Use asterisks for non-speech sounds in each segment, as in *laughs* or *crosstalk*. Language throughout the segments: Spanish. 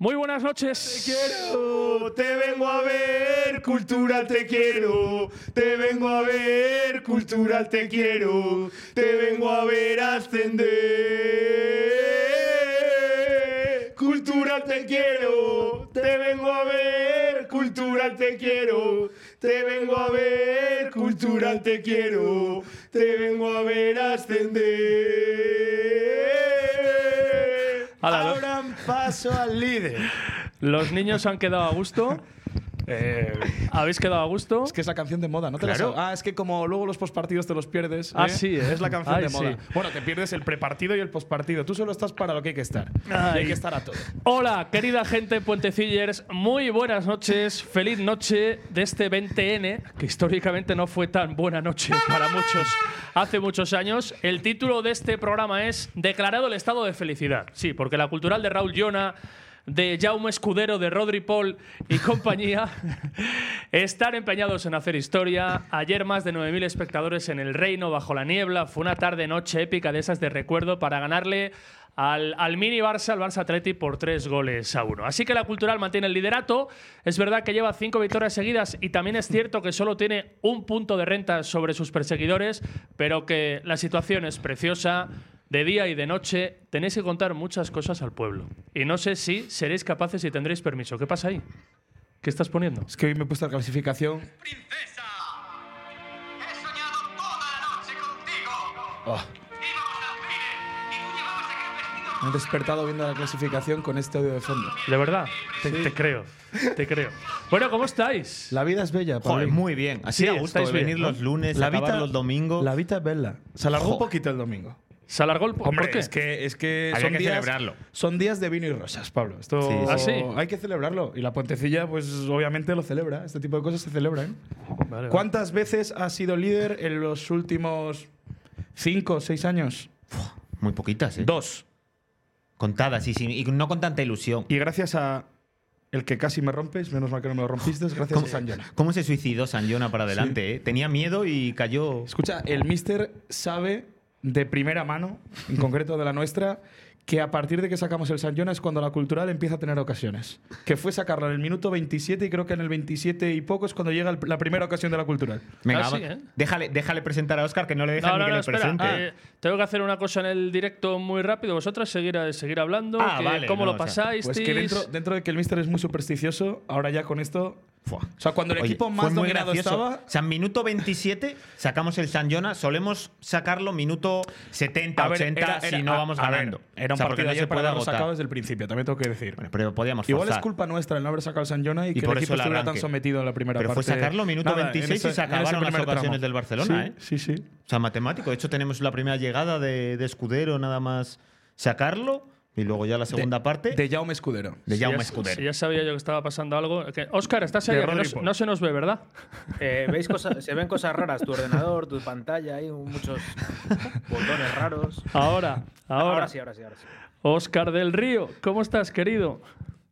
Muy buenas noches. quiero, te vengo a ver, cultural te quiero, te vengo a ver, cultural te quiero, te vengo a ver ascender. Cultural te quiero, te vengo a ver, cultural te quiero, te vengo a ver, cultural te quiero, te vengo a ver ascender. Ala, lo- Ahora paso al líder. Los niños han quedado a gusto. ¿Habéis quedado a gusto? Es que es la canción de moda, ¿no te la Claro. sabes? Ah, es que como luego los postpartidos te los pierdes. Ah, ¿eh? sí, ¿eh? Es la canción Ay, de moda. sí. Bueno, te pierdes el prepartido y el postpartido. Tú solo estás para lo que hay que estar. Y Ay. hay que estar a todo. Hola, querida gente Puentecillers, muy buenas noches, feliz noche de este 20N, que históricamente no fue tan buena noche para muchos hace muchos años. El título de este programa es Declarado el estado de felicidad. Sí, porque la cultural de Raúl Llona, de Jaume Escudero, de Rodri Paul y compañía *laughs* están empeñados en hacer historia. Ayer más de 9.000 espectadores en el reino bajo la niebla. Fue una tarde-noche épica de esas de recuerdo para ganarle al, al mini Barça, al Barça Atleti, por tres goles a uno. Así que la Cultural mantiene el liderato. Es verdad que lleva cinco victorias seguidas y también es cierto que solo tiene un punto de renta sobre sus perseguidores, pero que la situación es preciosa. De día y de noche tenéis que contar muchas cosas al pueblo. Y no sé si seréis capaces y tendréis permiso. ¿Qué pasa ahí? ¿Qué estás poniendo? Es que hoy me he puesto la clasificación. Princesa, he soñado toda la noche contigo. Oh, Íbamos al cine y tú llevabas aquel vestido me he despertado viendo la clasificación con este audio de fondo. ¿De verdad? Te, te creo, te creo. Bueno, ¿cómo estáis? La vida es bella, Joder, Paulín. muy bien. Así Sí, a gusto estáis de venir bien, ¿no? los lunes, La acabar vida- los domingos. La vida es bella. Se alargó un poquito el domingo. ¿Se alargó el po- Hombre, ¿por qué? es que, es que Había son que días, celebrarlo. Son días de vino y rosas, Pablo. Esto Sí, sí. ¿Ah, sí? hay que celebrarlo. Y la puentecilla, pues obviamente lo celebra. Este tipo de cosas se celebran. Vale, vale. ¿Cuántas veces has sido líder en los últimos cinco o seis años? Muy poquitas, ¿eh? Dos. Contadas y, sin- y no con tanta ilusión. Y gracias a el que casi me rompes, menos mal que no me lo rompiste, *laughs* gracias a San Jonas. ¿Cómo se suicidó San Jona para adelante? eh? Tenía miedo y cayó. Escucha, el mister sabe de primera mano, en concreto de la nuestra, que a partir de que sacamos el San Jonas es cuando la cultural empieza a tener ocasiones. Que fue sacarla en el minuto 27 y creo que en el 27 y poco es cuando llega el- la primera ocasión de la cultural. Venga, Ah, sí, va- ¿eh? déjale, déjale presentar a Oscar, que no le dejan No, ni no, que no, le espera. presente. Eh, tengo que hacer una cosa en el directo muy rápido. Vosotras seguir, eh, seguir hablando. Ah, que vale, ¿Cómo no, lo o sea, pasáis? Pues que tis. dentro, dentro de que el mister es muy supersticioso, ahora ya con esto... Fua. O sea, cuando el Oye, equipo fue más muy dominado gracioso. estaba, O sea, minuto 27 sacamos el San Jona. Solemos sacarlo minuto 70, A ver, 80 era- era- si no a- vamos a ver, ganando. era un O sea, porque partido no ayer se para puede haberlo sacado agotar. desde el principio, también tengo que decir. Bueno, pero podíamos Igual forzar. es culpa nuestra el no haber sacado el San Jona y, que por el eso equipo el estuviera tan arranque. sometido en la primera Pero fue parte. sacarlo minuto Nada, en ese- 26 y se en ese acabaron las primer ocasiones tramo. del Barcelona, ¿eh? Sí, sí, sí. O sea, matemático. De hecho, tenemos la primera llegada de, de Escudero, nada más sacarlo. Y luego ya la segunda parte De Jaume Escudero. de Jaume ya- Escudero. si ya sabía yo que estaba pasando algo. que- Óscar, estás De ahí. que No, Rodri se- Pol. no se nos ve, ¿verdad? Eh, ¿veis cosas, se ven cosas raras, tu ordenador, tu pantalla, hay *laughs* muchos botones raros. Ahora, ahora. Ahora sí, ahora sí, ahora sí. Óscar del Río, ¿cómo estás, querido?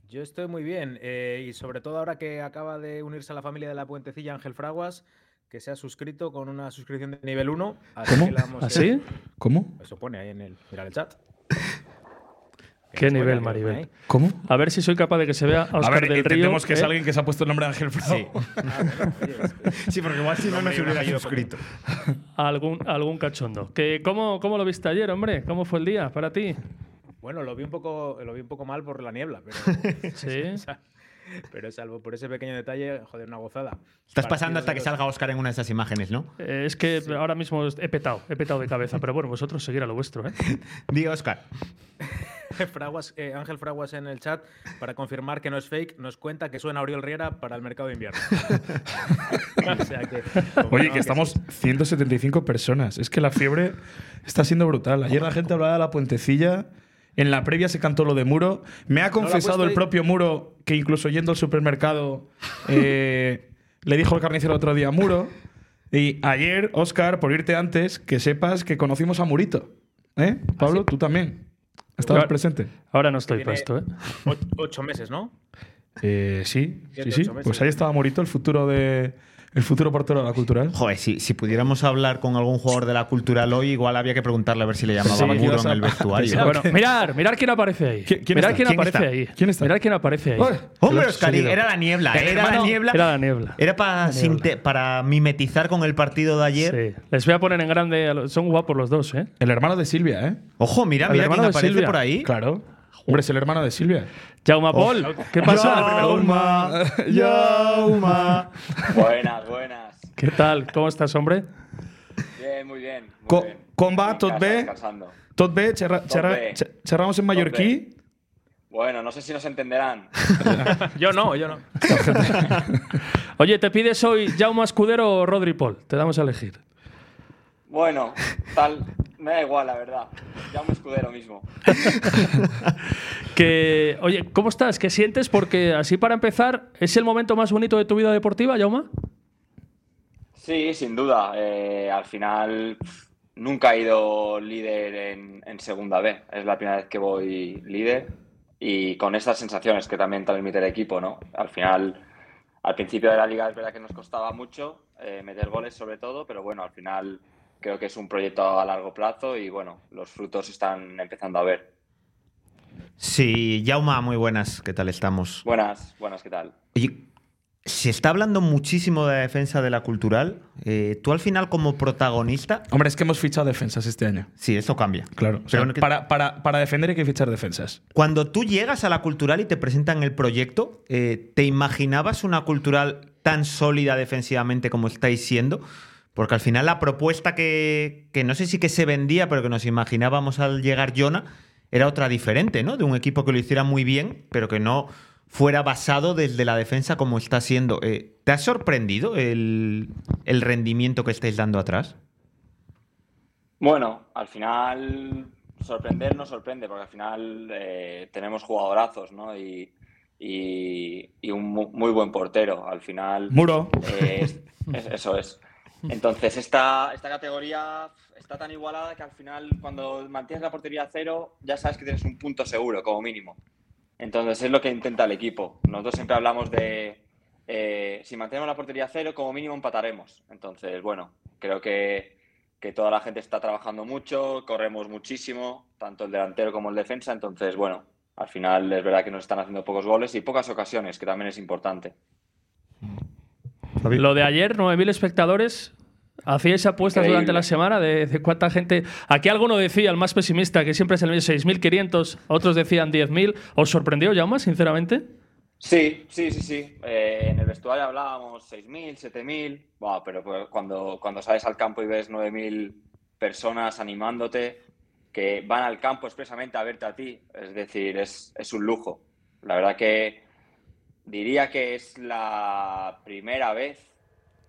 Yo estoy muy bien eh, y sobre todo ahora que acaba de unirse a la familia de la puentecilla Ángel Fraguas, que se ha suscrito con una suscripción de nivel 1. Así ¿Cómo? ¿Ah, que la vamos a- ¿Así? ¿Cómo? Eso pone ahí en el, mira el chat. *laughs* Qué Eso pone, nivel, que lo pone Maribel. ahí. ¿Cómo? A ver si soy capaz de que se vea a A Óscar ver, del Río. entendemos que es ¿eh? alguien que se ha puesto el nombre de Ángel Frago. *laughs* Ah, bueno, oye, es- Sí, porque igual si *laughs* no, no se hubiera suscrito. Algún, algún cachondo. Que, ¿cómo, ¿Cómo lo viste ayer, hombre? ¿Cómo fue el día *laughs* para ti? Bueno, lo vi un poco, lo vi un poco mal por la niebla, pero, *laughs* *laughs* Sí. pero salvo por ese pequeño detalle, joder, una gozada. Estás pasando hasta que Partido de salga Oscar en una de esas imágenes, ¿no? Eh, es que ahora mismo he petado, he petado de cabeza, pero bueno, vosotros seguir a *laughs* lo vuestro, ¿eh? Diga, Oscar. los- *laughs* Fraguas, eh, Ángel Fraguas en el chat para confirmar que no es fake, nos cuenta que suena Oriol Riera para el mercado *laughs* de invierno. O sea que, como Oye, no, que estamos sí. 175 personas. Es que la fiebre está siendo brutal. Ayer la gente hablaba de la puentecilla. En la previa se cantó lo de Muro. Me ha confesado el puesto ahí? propio Muro que incluso yendo al supermercado eh, le dijo el carnicero otro día Muro. Y ayer, Oscar, por irte antes, que sepas que conocimos a Murito. ¿Eh? Pablo, tú también. Estabas Claro. presente. Ahora no estoy *laughs* Tiene- puesto, ¿eh? Ocho, ocho meses, ¿no? Eh, sí, sí, Siete, sí. ocho meses. Pues ahí estaba Murito, el futuro de el futuro portero de la cultural. Joder, si, si pudiéramos hablar con algún jugador de la cultural hoy, igual había que preguntarle a ver si le llamaba Sí, Muro quizás en el a- vestuario. Bueno, mirar, mirar quién aparece ahí. ¿Qui- quién mirar está? quién, ¿Quién aparece está? ahí. ¿Quién está? Mirar quién aparece ahí. ¡Ay! Hombre, Lo has Oscari, seguido. era la niebla, era la Hermano, niebla. era la niebla. Era para mimetizar con el partido de ayer. Sí. Les voy a poner en grande. a los- Son guapos los dos, ¿eh? El hermano de Silvia, ¿eh? Ojo, mira, El mira hermano quién de aparece Silvia. por ahí. Claro. Hombre, es el hermano de Silvia. Oh. Jaume Paul, *laughs* ¿qué pasa? Yauma. Buenas, buenas. ¿Qué tal? ¿Cómo estás, hombre? Bien, muy bien. Muy Co- bien. comba, En tot casa, bé? descansando. Tot bé, xerra, xerra, bé. xe- xerramos en mallorquí. Bueno, no sé si nos entenderán. Yo no, yo no. *laughs* Oye, ¿te pides hoy Jaume Escudero o Rodri Paul? Te damos a elegir. Bueno, tal. Me da igual, la verdad. Ya un escudero mismo. Que, oye, ¿cómo estás? ¿Qué sientes? Porque así para empezar, ¿es el momento más bonito de tu vida deportiva, Jaume? Sí, sin duda. Eh, al final pf, nunca he ido líder en, en segunda B. Es la primera vez que voy líder y con estas sensaciones que también transmite el equipo, ¿no? Al final, al principio de la liga es verdad que nos costaba mucho eh, meter goles sobre todo, pero bueno, al final creo que es un proyecto a largo plazo y bueno, los frutos se están empezando a ver. Sí, Yauma, muy buenas. ¿Qué tal estamos? Buenas, buenas, ¿qué tal? Oye, se está hablando muchísimo de la defensa de la cultural. Eh, tú al final como protagonista... Hombre, es que hemos fichado defensas este año. Sí, esto cambia. Claro. o sea, Pero que- para, para- para defender hay que fichar defensas. Cuando tú llegas a la cultural y te presentan el proyecto, eh, ¿te imaginabas una cultural tan sólida defensivamente como estáis siendo? Porque al final la propuesta que, que no sé si que se vendía, pero que nos imaginábamos al llegar Jona, era otra diferente, ¿no? De un equipo que lo hiciera muy bien, pero que no fuera basado desde la defensa como está siendo. Eh, ¿Te ha sorprendido el, el rendimiento que estáis dando atrás? Bueno, al final sorprender nos sorprende, porque al final eh, tenemos jugadorazos, ¿no? Y, y- y un mu- muy buen portero. Al final. Muro. eh, es- es- eso es. Entonces, esta, esta categoría está tan igualada que al final, cuando mantienes la portería a cero, ya sabes que tienes un punto seguro, como mínimo. Entonces, es lo que intenta el equipo. Nosotros siempre hablamos de. eh, si mantenemos la portería a cero, como mínimo empataremos. Entonces, bueno, creo que, que toda la gente está trabajando mucho, corremos muchísimo, tanto el delantero como el defensa. Entonces, bueno, al final es verdad que nos están haciendo pocos goles y pocas ocasiones, que también es importante. Lo de ayer, 9.000 espectadores. ¿Hacíais apuestas Increíble. durante la semana de, de cuánta gente? Aquí alguno decía, el más pesimista, que siempre es el mismo, 6.500, otros decían 10.000. ¿Os sorprendió, Jaume, sinceramente? Sí, sí, sí, sí. Eh, en el vestuario hablábamos 6.000, 7.000, Buah, pero pues cuando, cuando sales al campo y ves 9.000 personas animándote, que van al campo expresamente a verte a ti, es decir, es, es un lujo. La verdad que diría que es la primera vez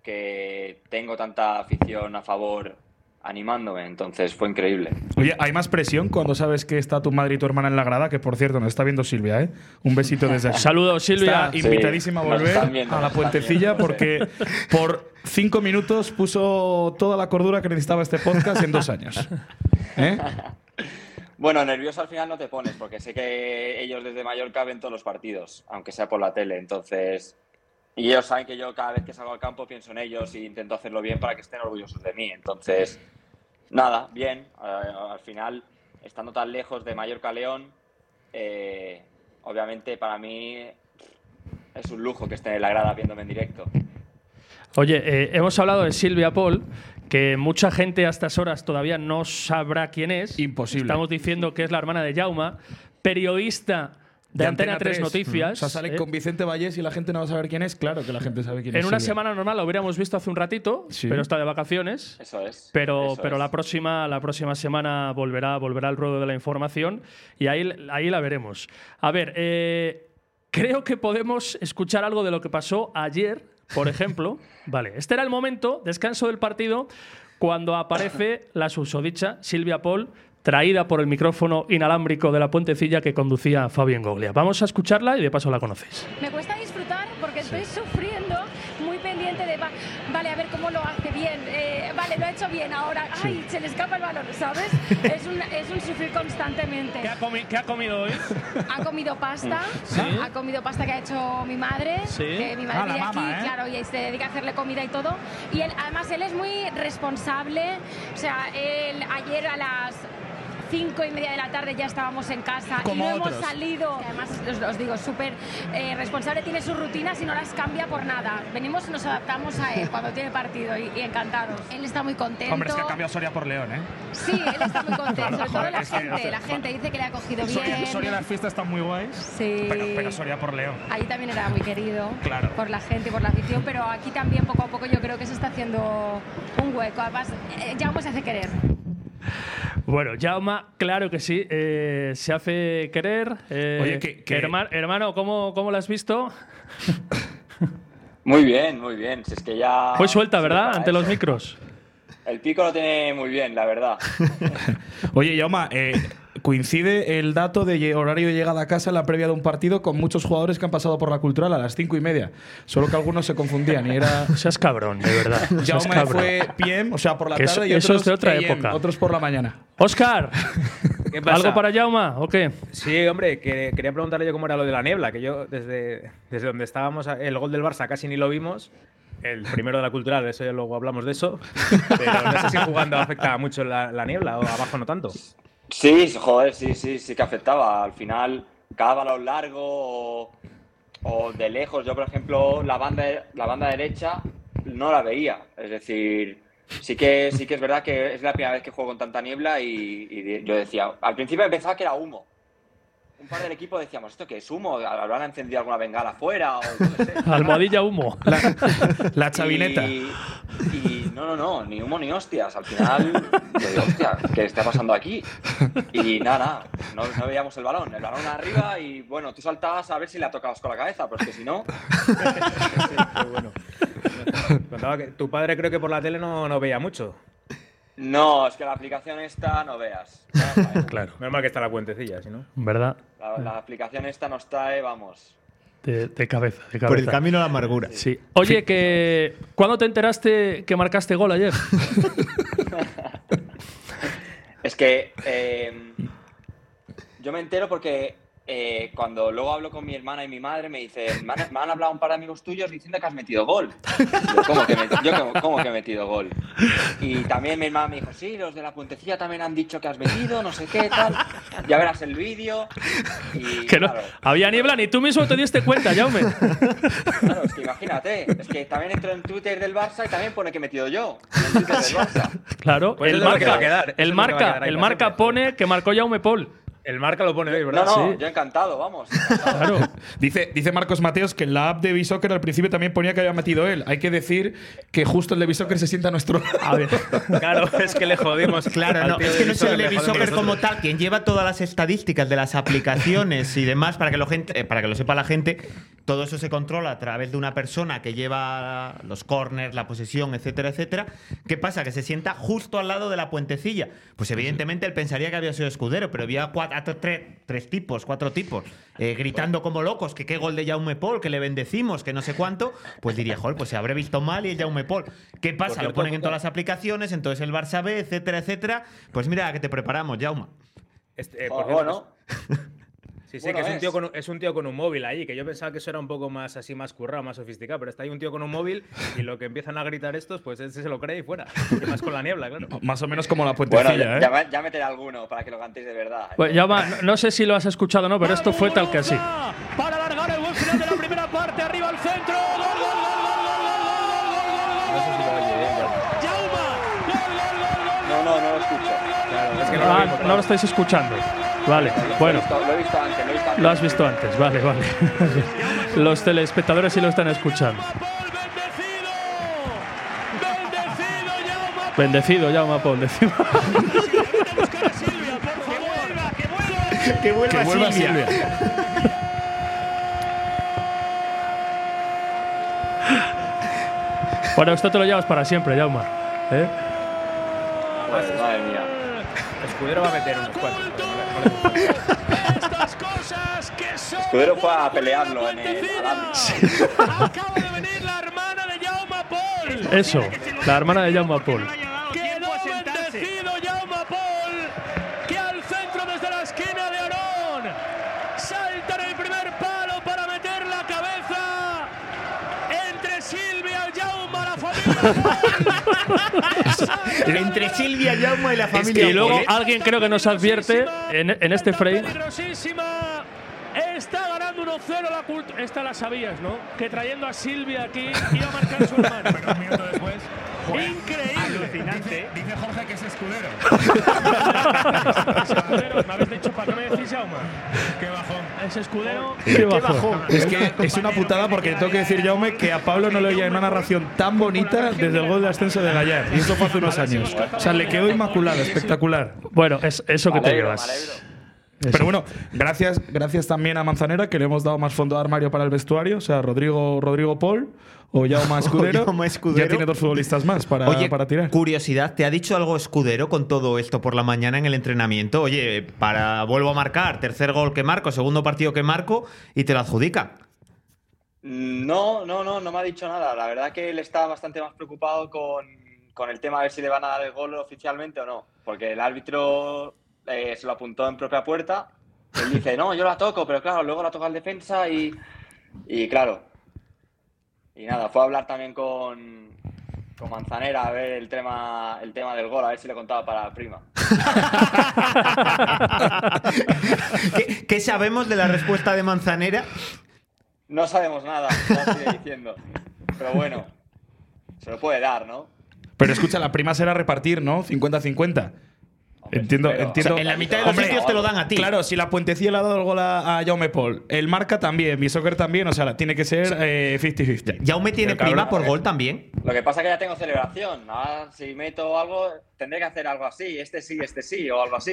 que tengo tanta afición a favor animándome, entonces fue increíble. Oye, hay más presión cuando sabes que está tu madre y tu hermana en la grada, que por cierto nos está viendo Silvia, ¿eh? Un besito desde aquí. Saludos, Silvia. Está invitadísima a Sí, nos volver están a viendo, la nos están puentecilla viendo, porque por cinco minutos puso toda la cordura que necesitaba este podcast en dos *laughs* años. ¿Eh? Bueno, nervioso al final no te pones, porque sé que ellos desde Mallorca ven todos los partidos, aunque sea por la tele, entonces... Y ellos saben que yo cada vez que salgo al campo pienso en ellos y intento hacerlo bien para que estén orgullosos de mí, entonces... Nada, bien, eh, al final, estando tan lejos de Mallorca-León, eh, obviamente para mí es un lujo que estén en la grada viéndome en directo. Oye, eh, hemos hablado de Silvia Paul, que mucha gente a estas horas todavía no sabrá quién es. Imposible. Estamos diciendo que es la hermana de Jauma, periodista de, Antena, 3, Noticias. Mm. O sea, sale ¿eh? con Vicente Vallés y la gente no va a saber quién es. Claro que la gente sabe quién es. en una Silvia. semana normal la hubiéramos visto hace un ratito, Sí. pero está de vacaciones. Eso es. Pero, eso pero es. la, próxima, la próxima semana volverá, volverá al ruedo de la información y ahí, ahí la veremos. A ver, eh, creo que podemos escuchar algo de lo que pasó ayer, por ejemplo. vale, este era el momento, descanso del partido, cuando aparece la susodicha Silvia Paul, traída por el micrófono inalámbrico de la puentecilla que conducía Fabián Goglia. Vamos a escucharla y de paso la conocéis. Me cuesta disfrutar porque estoy sufriendo, muy pendiente de, va- vale, a ver cómo lo hace bien, eh, vale, lo ha hecho bien ahora, ay, se le escapa el balón, ¿sabes? Es un, es un sufrir constantemente. ¿Qué ha comido hoy? Ha comido pasta, Sí. ha comido pasta que ha hecho mi madre, Sí. que mi Ah, la madre vive aquí, mama, ¿eh? claro, y se dedica a hacerle comida y todo. Y él, además él es muy responsable, o sea, él ayer a las cinco y media de la tarde ya estábamos en casa Como y no otros. hemos salido. Además, os, os digo, súper eh, responsable, tiene sus rutinas y no las cambia por nada. Venimos y nos adaptamos a él cuando tiene partido y, y encantados. Él está muy contento. Hombre, es que ha cambiado Soria por León, ¿eh? Sí, él está *laughs* muy contento, sobre todo Joder, la es que- gente, la gente dice que le ha cogido Soria, bien. Soria las fiestas están muy guays. Sí. Pero, pero Soria por León. Allí también era muy querido Claro. por la gente, y por la afición, pero aquí también poco a poco yo creo que se está haciendo un hueco. Además, eh, ya vamos a hacer querer. Bueno, Jauma, claro que sí. eh, se hace querer. eh, Oye, que- que- herma- Hermano, ¿cómo, ¿cómo la has visto? Muy bien, muy bien. Si es que Ah, ya. Fue suelta, sirve ¿verdad? para Ante los eso. micros. El pico lo tiene muy bien, la verdad. Oye, Yauma, eh, coincide el dato de lle- horario de llegada a casa en la previa de un partido con muchos jugadores que han pasado por la cultural a las cinco y media. Solo que algunos se confundían y era. Seas cabrón, de verdad. Seas *laughs* Pues Jaume cabrón. fue PM, o sea, por la Que tarde eso- y otros eso es de otra AM, época. otros por la mañana. Oscar, *laughs* ¿Qué pasa? ¿algo para Jauma o qué? Sí, hombre, que quería preguntarle yo cómo era lo de la niebla, que yo desde, desde donde estábamos, a- el gol del Barça casi ni lo vimos. El primero de la cultural, eso ya luego hablamos de eso. Pero no sé si jugando afecta mucho la, la niebla o abajo no tanto. Sí, joder, sí, sí, sí que afectaba. Al final, cada balón largo o, o de lejos. Yo, por ejemplo, la banda, la banda derecha no la veía. Es decir, sí que, sí que es verdad que es la primera vez que juego con tanta niebla y, y de- yo decía, al principio pensaba que era humo. Un par del equipo decíamos, ¿esto qué es humo? ¿Habrán encendido alguna bengala afuera? O yo qué sé. Almohadilla humo. La chavineta. Y, y no, no, no, ni humo ni hostias. Al final, yo digo, hostia, ¿qué está pasando aquí? Y nada, nada, no, no veíamos el balón. El balón arriba y bueno, tú saltabas a ver si la tocabas con la cabeza, pero es que si no. Pero bueno. Contaba que tu padre creo que por la tele no, no veía mucho. No, es que la aplicación esta no veas. Claro. Menos mal que está la cuentecilla, si no. ¿Verdad? La, la aplicación esta nos trae, vamos. De, de cabeza, de cabeza. Por el camino a la amargura. Sí. Oye, que ¿cuándo te enteraste que marcaste gol ayer? Es que eh, yo me entero porque eh, cuando luego hablo con mi hermana y mi madre me dicen, me han, me han hablado un par de amigos tuyos diciendo que has metido gol. Yo, ¿cómo que, met- yo, ¿cómo- cómo que he metido gol? Y también mi hermana me dijo, sí, los de la puentecilla también han dicho que has metido, no sé qué, tal. Ya verás el vídeo. Y *laughs* que no, claro, había niebla, ni tú mismo te diste *laughs* cuenta, Jaume. claro, es que imagínate, es que también entro en Twitter del Barça y también pone que he metido yo. en *laughs* el Twitter del Barça. Claro, Pues el eso es lo que va marca, a quedar, eso es el lo que va a marca, quedar ahí el para marca siempre. pone que marcó Jaume Paul. El marca lo pone hoy, No, ¿verdad? no, yo *laughs* encantado, vamos. Claro. dice, dice Marcos Mateos que en la app de Bisoccer al principio también ponía que había metido él. Hay que decir que justo el de Bisoccer se sienta a nuestro lado. Claro, es que le jodimos. Claro, al no, tío es de que no es Bisoccer, el le de jodimos Bisoccer como nosotros. tal, quien lleva todas las estadísticas de las aplicaciones y demás para que, lo gente, eh, para que lo sepa la gente. Todo eso se controla a través de una persona que lleva los corners, la posesión, etcétera, etcétera. ¿Qué pasa? Que se sienta justo al lado de la puentecilla. Pues evidentemente él pensaría que había sido escudero, pero había cuatro, a- tres, tres tipos, cuatro tipos, eh, gritando como locos que qué gol de Jaume Paul, que le bendecimos, que no sé cuánto. Pues diría, joder, pues se habrá visto mal y el Jaume Paul. ¿Qué pasa? Por lo cierto, ponen en todas las aplicaciones, entonces el Barça B, etcétera, etcétera. Pues mira, que te preparamos, Jauma. Este, eh, O por cierto, bueno, Sí, sí, Bueno, que es un, es. tío con un, es un tío con un móvil ahí, que yo pensaba que eso era un poco más así, más currado, más sofisticado, pero está ahí un tío con un móvil y lo que empiezan a gritar estos, pues ese se lo cree y fuera. Y más con la niebla, claro. Más o menos como la bueno, puentecilla, ya, ¿eh? Pues, ya me- ya meteré alguno para que lo cantéis de verdad. Bueno, Pues, Jaume, no- no sé si lo has escuchado o no, pero esto fue tal que así. Para alargar el buen final de la primera parte, arriba al centro. Gol, gol, gol, gol, gol, gol, gol, gol, gol, gol, No sé si lo oye bien, ya. gol. Yauma. Gol, gol, gol, gol. No, no, no lo escucho. Claro, es que no lo Ah, mismo, no lo claro. estáis escuchando. Vale, bueno. Lo he visto antes, lo he visto antes. Lo has visto antes, vale, vale. *laughs* Los telespectadores sí lo están escuchando. Paul bendecido. Bendecido Yauma. Bendecido, *laughs* Jaume Paul, decimos. Vete a buscar a Silvia, por favor. Que vuelva, que vuelva. Que vuelva, Silvia. Bueno, esto te lo llevas para siempre, Jaume. ¿eh? Joder, madre mía. Escudero va a meter unos cuantos. pero no le- no le gusta. Estas cosas que son. Escudero fue a pelearlo en el alambre. Acaba de venir la hermana de Jaume Paul. Eso, la hermana de Jaume Paul. Quedó bendecido Jaume Paul, que al centro desde la esquina de Arón salta en el primer palo para meter la cabeza entre Silvia y Jaume, la familia Entre Silvia, Jauma y la familia. Y luego Paul, ¿eh? alguien creo que nos advierte en, en este Paul. frame. Peligrosísima. Está ganando 1-0 la cultura. Esta la sabías, ¿no? Que trayendo a Silvia aquí iba a marcar *laughs* su hermano. Pero un minuto después. Increíble. *laughs* Dice Jorge que es escudero. Es escudero. ¿Me habéis dicho para qué me decís, Jaume? Qué bajón. Es escudero. *laughs* Qué bajón. Es que es una putada porque tengo que decir, Jaume, que a Pablo no le oía en una narración tan bonita desde el gol de ascenso de Gallar. Y eso fue hace unos años. O sea, le quedó inmaculado, espectacular. Bueno, es, eso que Me te alegro, me alegro. llevas. Pero bueno, gracias, gracias también a Manzanera, que le hemos dado más fondo de armario para el vestuario. O sea, Rodrigo, Rodrigo Paul o *laughs* Jaume Escudero. Jaume Escudero. Ya tiene dos futbolistas más para, Oye, para tirar. curiosidad, ¿te ha dicho algo escudero con todo esto por la mañana en el entrenamiento? Oye, para vuelvo a marcar, tercer gol que marco, segundo partido que marco y te lo adjudica. No, no, no, no me ha dicho nada. La verdad que él está bastante más preocupado con, con el tema de si le van a dar el gol oficialmente o no. Porque el árbitro eh, se lo apuntó en propia puerta. Él dice, no, yo la toco, pero claro, luego la toca el defensa y, y claro. Y nada, fue a hablar también con, con Manzanera a ver el tema, el tema del gol, a ver si le contaba para la prima. *laughs* ¿Qué, qué sabemos de la respuesta de Manzanera? No sabemos nada, *laughs* ya sigue diciendo. Pero bueno, se lo puede dar, ¿no? Pero escucha, la prima será repartir, ¿no? 50-50. Entiendo, espero. entiendo. O sea, en la mitad de los sitios te lo dan a ti. Claro, si la puentecilla le ha dado el gol a, a Jaume Paul, el marca también, mi soccer también, o sea, la- tiene que ser eh, 50-50. Jaume tiene Pero cabrón, prima por a ver. gol también. Lo que pasa es que ya tengo celebración. Ahora, si meto algo, tendré que hacer algo así. Este sí, este sí, o *laughs* algo así.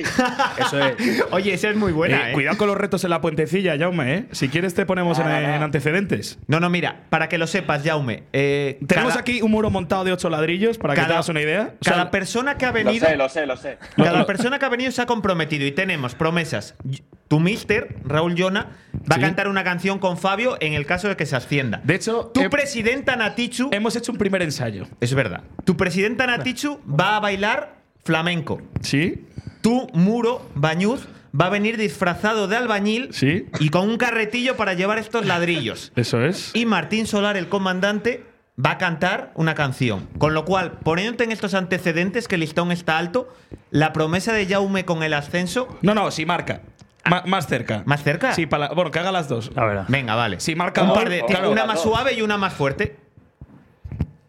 Eso es. Oye, esa es muy *laughs* buena. Eh, ¿eh? Cuidado con los retos en la puentecilla, Jaume, ¿eh? Si quieres te ponemos en, No, no, no. en antecedentes. No, no, mira, para que lo sepas, Jaume. eh, Tenemos cada- aquí un muro montado de ocho ladrillos, para que cada- te hagas una idea. O sea, Cada persona que ha Lo venido. sé, lo sé, lo sé. Cada persona que ha venido se ha comprometido y tenemos promesas. Y- Tu mister, Raúl Llona, va Sí. a cantar una canción con Fabio en el caso de eh, que se ascienda. De hecho, em- tu em- he- presidenta Natichu, hemos hecho un primer ensayo. es verdad, tu presidenta Natichu va a bailar flamenco. ¿Sí? Tu muro, Bañuz, va a venir disfrazado de albañil Sí. y con un carretillo para llevar estos ladrillos. Eso es. Y Martín Solar, el comandante, va a cantar una canción. Con lo cual, poniéndote en estos antecedentes que el listón está alto, la promesa de Jaume con el ascenso No, no, si marca. Ah. Ma- más cerca. ¿Más cerca? Sí, para la- bueno, que haga las dos. A ver. Venga, vale. Si marca un un par gol, de. claro. una más suave y una más fuerte.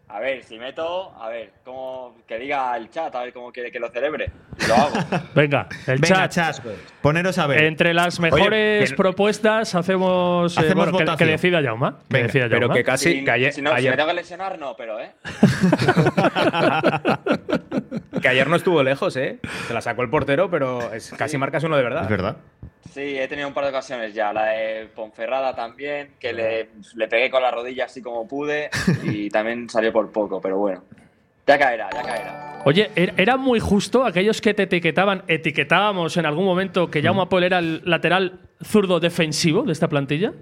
A a ver, si meto, a ver, como que diga el chat, a ver cómo quiere que lo celebre. Y Lo hago. Venga, el Venga, chat. chat. Poneros a ver. Entre las mejores pero- propuestas hacemos, eh, Hacemos bueno, que- que, votación. decida Jauma. Que Venga, decida pero Jaume. que casi- Si- si, no, si me tengo que lesionar, no, pero, ¿eh? *laughs* Que ayer no estuvo lejos, ¿eh? Te la sacó el portero, pero es, casi marcas uno de verdad. Es verdad. Sí, he tenido un par de ocasiones ya. La de Ponferrada también, que le, le pegué con la rodilla así como pude y también salió por poco, pero bueno. Ya caerá, ya caerá. Oye, er- era muy justo aquellos que te etiquetaban, etiquetábamos en algún momento que Mm. Jaume Apol era el lateral zurdo defensivo de esta plantilla.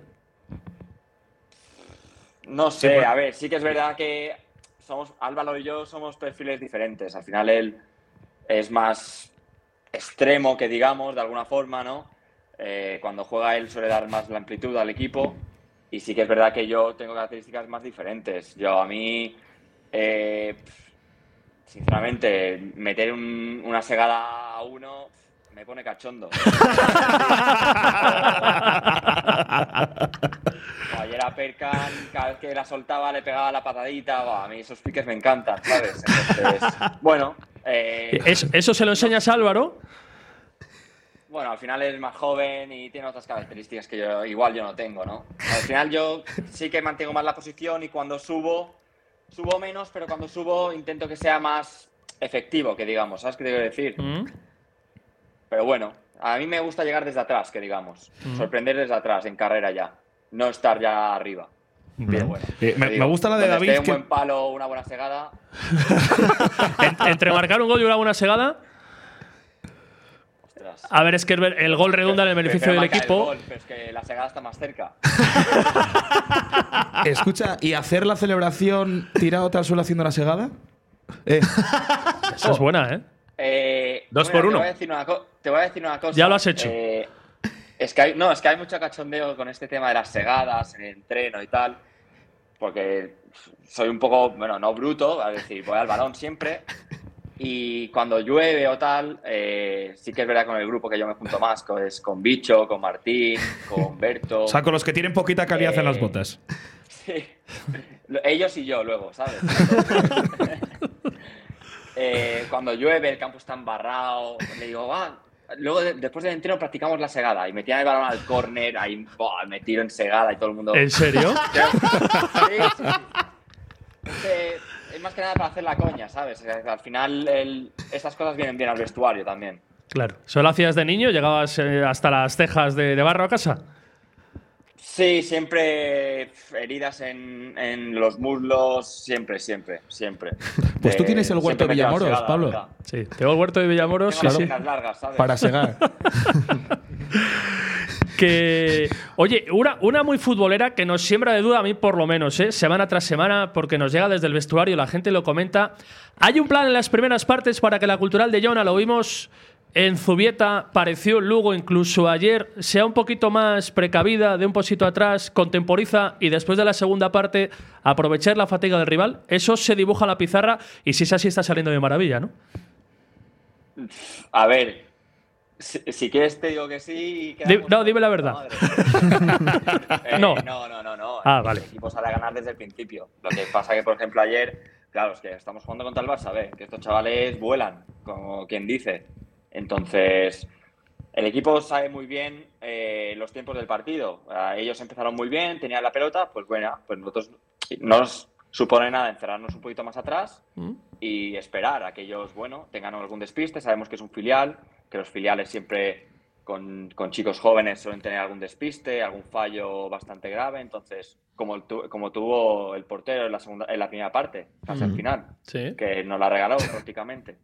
No sé, bueno. a ver, sí que es verdad que somos, Álvaro y yo somos perfiles diferentes. Al final él es más extremo que digamos, de alguna forma, ¿no? Eh, cuando juega él suele dar más la amplitud al equipo y sí que es verdad que yo tengo características más diferentes. Yo a mí, eh, sinceramente, meter un- una segada a uno me pone cachondo. Ayer a Perkan, cada vez que la soltaba, le pegaba la patadita. Buah, a mí esos piques me encantan, ¿sabes? Entonces, bueno, eh, Es- eso se lo enseñas *laughs* a Álvaro. bueno, al final es más joven y tiene otras características que yo igual yo no tengo, ¿no? Al final yo sí que mantengo más la posición y cuando subo, subo menos, pero cuando subo intento que sea más efectivo, que digamos, ¿sabes qué te quiero decir? Pero bueno, a mí me gusta llegar desde atrás, que digamos, Mm. sorprender desde atrás en carrera ya, no estar ya arriba. Pero bueno, Eh, me- te me gusta la de donde David esté un que- buen palo o una buena segada. En- entre marcar un gol y una buena segada. A ver, es que el el gol redunda en el beneficio Prefiero del marcar el equipo. gol, pero es que la segada está más cerca. *laughs* Escucha, ¿y hacer la celebración tirado al suelo haciendo la segada? Eh. Esa es buena, ¿eh? Eh, Dos mira, por Te uno. voy, a decir una co- te voy a decir una cosa. Ya lo has hecho. Eh, es que hay, no, es que hay mucho cachondeo con este tema de las segadas, en el entreno y tal. Porque soy un poco, bueno, no bruto, es decir, voy al balón siempre. Y cuando llueve o tal, eh, sí que es verdad con el grupo que yo me junto más, con, es con Bicho, con Martín, con *laughs* Berto. O sea, con los que tienen poquita calidad en las Eh, botas. Sí. Lo- Ellos y yo luego, ¿sabes? *laughs* Eh, cuando llueve, el campo está embarrado. Le digo, va. Luego, de- después del entreno, practicamos la segada. Y metían el balón al córner, ahí buah, me tiro en segada y todo el mundo. ¿En serio? *laughs* Sí, sí, sí. Eh, es más que nada para hacer la coña, ¿sabes? O sea, Al final, el- estas cosas vienen bien al vestuario también. Claro. ¿Solo hacías de niño? ¿Llegabas eh, hasta las cejas de, de barro a casa? Sí, siempre pf, heridas en, en los muslos, siempre, siempre, siempre. Pues tú Eh, tienes el huerto siempre me he quedado Villamoros, segada, la Pablo. verdad. Sí. Tengo el huerto de Villamoros. Tengo sí, las sí. piernas largas, ¿sabes? Para segar. Que, oye, una, una muy futbolera que nos siembra de duda a mí por lo menos, ¿eh? semana tras semana, porque nos llega desde el vestuario, la gente lo comenta. Hay un plan en las primeras partes para que la cultural de Jona, lo vimos en Zubieta, pareció en Lugo incluso ayer, sea un poquito más precavida, de un posito atrás, contemporiza y después de la segunda parte aprovechar la fatiga del rival. Eso se dibuja en la pizarra y si es así está saliendo de maravilla, ¿no? A ver, si, si quieres te digo que sí. y Di- quedamos- no, dime la verdad. *laughs* Eh, No. No, no, no, no. Ah, vale. El equipo sale a ganar desde el principio. Lo que pasa que, por ejemplo, ayer, claro, es que estamos jugando contra el Barça, ¿ves? Que estos chavales vuelan, como quien dice. Entonces, el equipo sabe muy bien eh, los tiempos del partido. Ah, ellos empezaron muy bien, tenían la pelota, pues bueno, pues nosotros no nos supone nada encerrarnos un poquito más atrás y esperar a que ellos, bueno, tengan algún despiste. Sabemos que es un filial, que los filiales siempre con, con chicos jóvenes suelen tener algún despiste, algún fallo bastante grave. Entonces, como, tu- como tuvo el portero en la, segunda, en la primera parte, casi al Ujú. final, Sí. que nos la regaló prácticamente.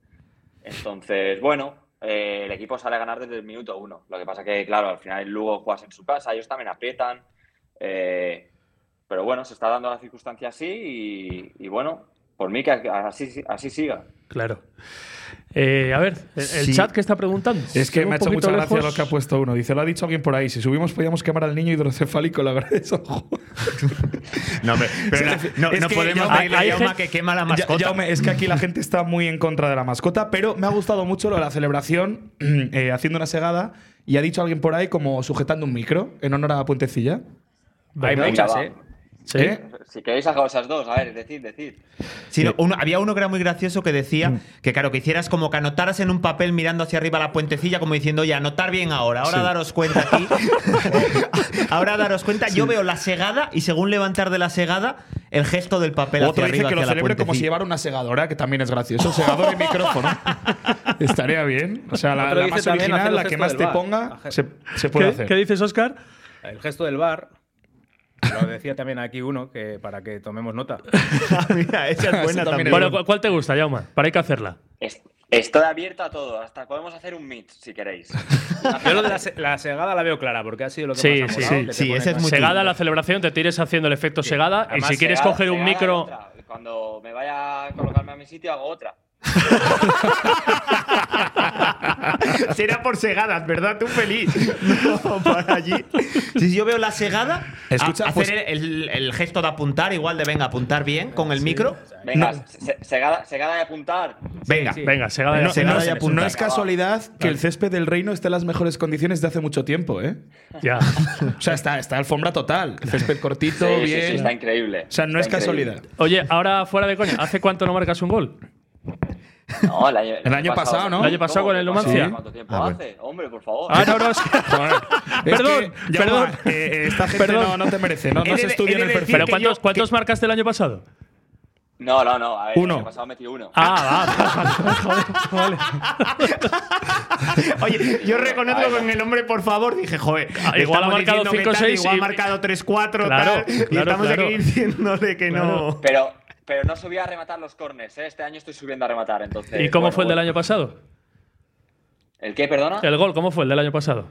Entonces, bueno, eh, el equipo sale a ganar desde el minuto uno. Lo que pasa que, claro, al final el Lugo juegas en su casa, ellos también aprietan. eh, pero bueno, se está dando la circunstancia así y, y bueno, por mí que así, así siga. Claro. Eh, a ver, el el Sí. chat que está preguntando. Es que Sigo me ha un hecho poquito mucha gracia lejos. lo que ha puesto uno. Dice, lo ha dicho alguien por ahí. Si subimos podíamos quemar al niño hidrocefálico, *laughs* la verdad es ojo. No, hombre, *laughs* pero no- no, no podemos pedirle a Jaume que quema la mascota. es que aquí la gente está muy en contra de la mascota, pero me ha gustado mucho lo de la celebración *clears throat* eh, haciendo una segada y ha dicho alguien por ahí como sujetando un micro en honor a Puentecilla. Venga. Hay muchas, Venga, va. ¿eh? ¿Sí? Si queréis, hago esas dos. A ver, decid, decid. Sí, no, uno- había uno que era muy gracioso que decía Mm. que, claro, que hicieras como que anotaras en un papel mirando hacia arriba la puentecilla, como diciendo, oye, anotar bien ahora, ahora Sí. daros cuenta *laughs* aquí. ahora daros cuenta, yo veo la segada y según levantar de la segada, el gesto del papel Otro hacia dice arriba. que lo hacia la celebre como si puentecilla. llevara una segadora, que también es gracioso. Segador y *laughs* micrófono. Estaría bien. O sea, la, Otro la dice más también original, hacer la los que gestos más del te bar. ponga, Ajá. se, se puede hacer. dices, Oscar? El gesto del bar. Lo decía también aquí uno, que para que tomemos nota. *laughs* *laughs* Mira, esa es buena Esa también también. es Bueno, buena. ¿cu- ¿cuál te gusta, Jauma? Para hay que hacerla. Es- Estoy abierto a todo. Hasta podemos hacer un meet, si queréis. Yo lo de la, se- la segada la veo clara, porque ha sido lo que Sí, más ha sí, molado, que sí. te ponen más- Segada la celebración, te tires haciendo el efecto segada. Además, y si quieres segada- coger un segada y micro. otra. Cuando me vaya a colocarme a mi sitio, hago otra. Será por segadas, ¿verdad? Tú feliz. No, *laughs* para allí. Si yo veo la segada, Escucha, a- hacer pues- el, el- el gesto de apuntar, igual de venga, apuntar bien con el micro. Venga, se- segada, segada y apuntar. Venga, venga, segada y No, segada no y es- apuntar. no es casualidad que el césped del reino esté en las mejores condiciones de hace mucho tiempo, ¿eh? Ya. *laughs* o sea, está, está alfombra total. Césped *laughs* cortito, Sí, sí, bien. sí, está increíble. O sea, no es Está increíble. casualidad. Oye, ahora fuera de coña, ¿hace cuánto no marcas un gol? No, el año, *laughs* El año pasado, ¿no? El año pasado ¿Cómo que con el pasado? Numancia. ¿Cuánto tiempo Ah, bueno. hace? Hombre, por favor. Ah, no, no, es que- *laughs* Perdón, que, Jaume, perdón. eh, eh, esta gente no- no te merece, no- no He se de- estudia he en el de perfil. decir ¿Pero que cuántos, yo- cuántos marcaste el año pasado? No, no, Ah, no. A ver, Uno. el año pasado metí uno. Ah, va. Oye, *laughs* yo reconozco que en el hombre, por favor, dije, joder, Ah, le igual ha estamos marcado diciendo que tal, 5, 6 igual y- ha marcado 3, 4, Claro, tal, y claro, estamos claro. aquí diciéndole que no. Pero, pero no subí a rematar los corners, ¿eh? Este año estoy subiendo a rematar, entonces. ¿Y cómo bueno, fue el del bueno. año pasado? ¿El qué, perdona? El gol, ¿cómo fue el del año pasado?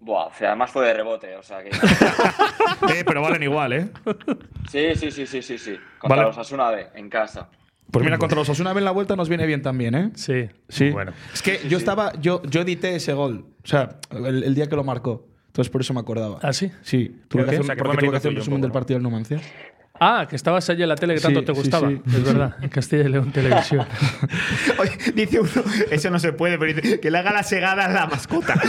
Buah, o sea, además fue de rebote, o sea *laughs* que. Eh, pero valen igual, ¿eh? Sí, sí, sí, sí, sí, sí. Contra Vale. los Asuna B, en casa. Pues mira, contra los Osuna en la vuelta nos viene bien también, ¿eh? Sí. Sí. Es que yo estaba, yo, yo edité ese gol. O sea, el, el día que lo marcó. Entonces por eso me acordaba. ¿Ah, sí? Sí. Tuve Ok. que hacer, O sea, que fue porque tuve mérito que hacer un tuyo un resumen del partido del Numancia. Ah, que estabas allí en la tele que Sí, tanto te sí, gustaba. sí, sí, es verdad, en Castilla y *laughs* León Televisión. *laughs* Dice uno, eso no se puede, pero dice, que le haga la segada a la mascota.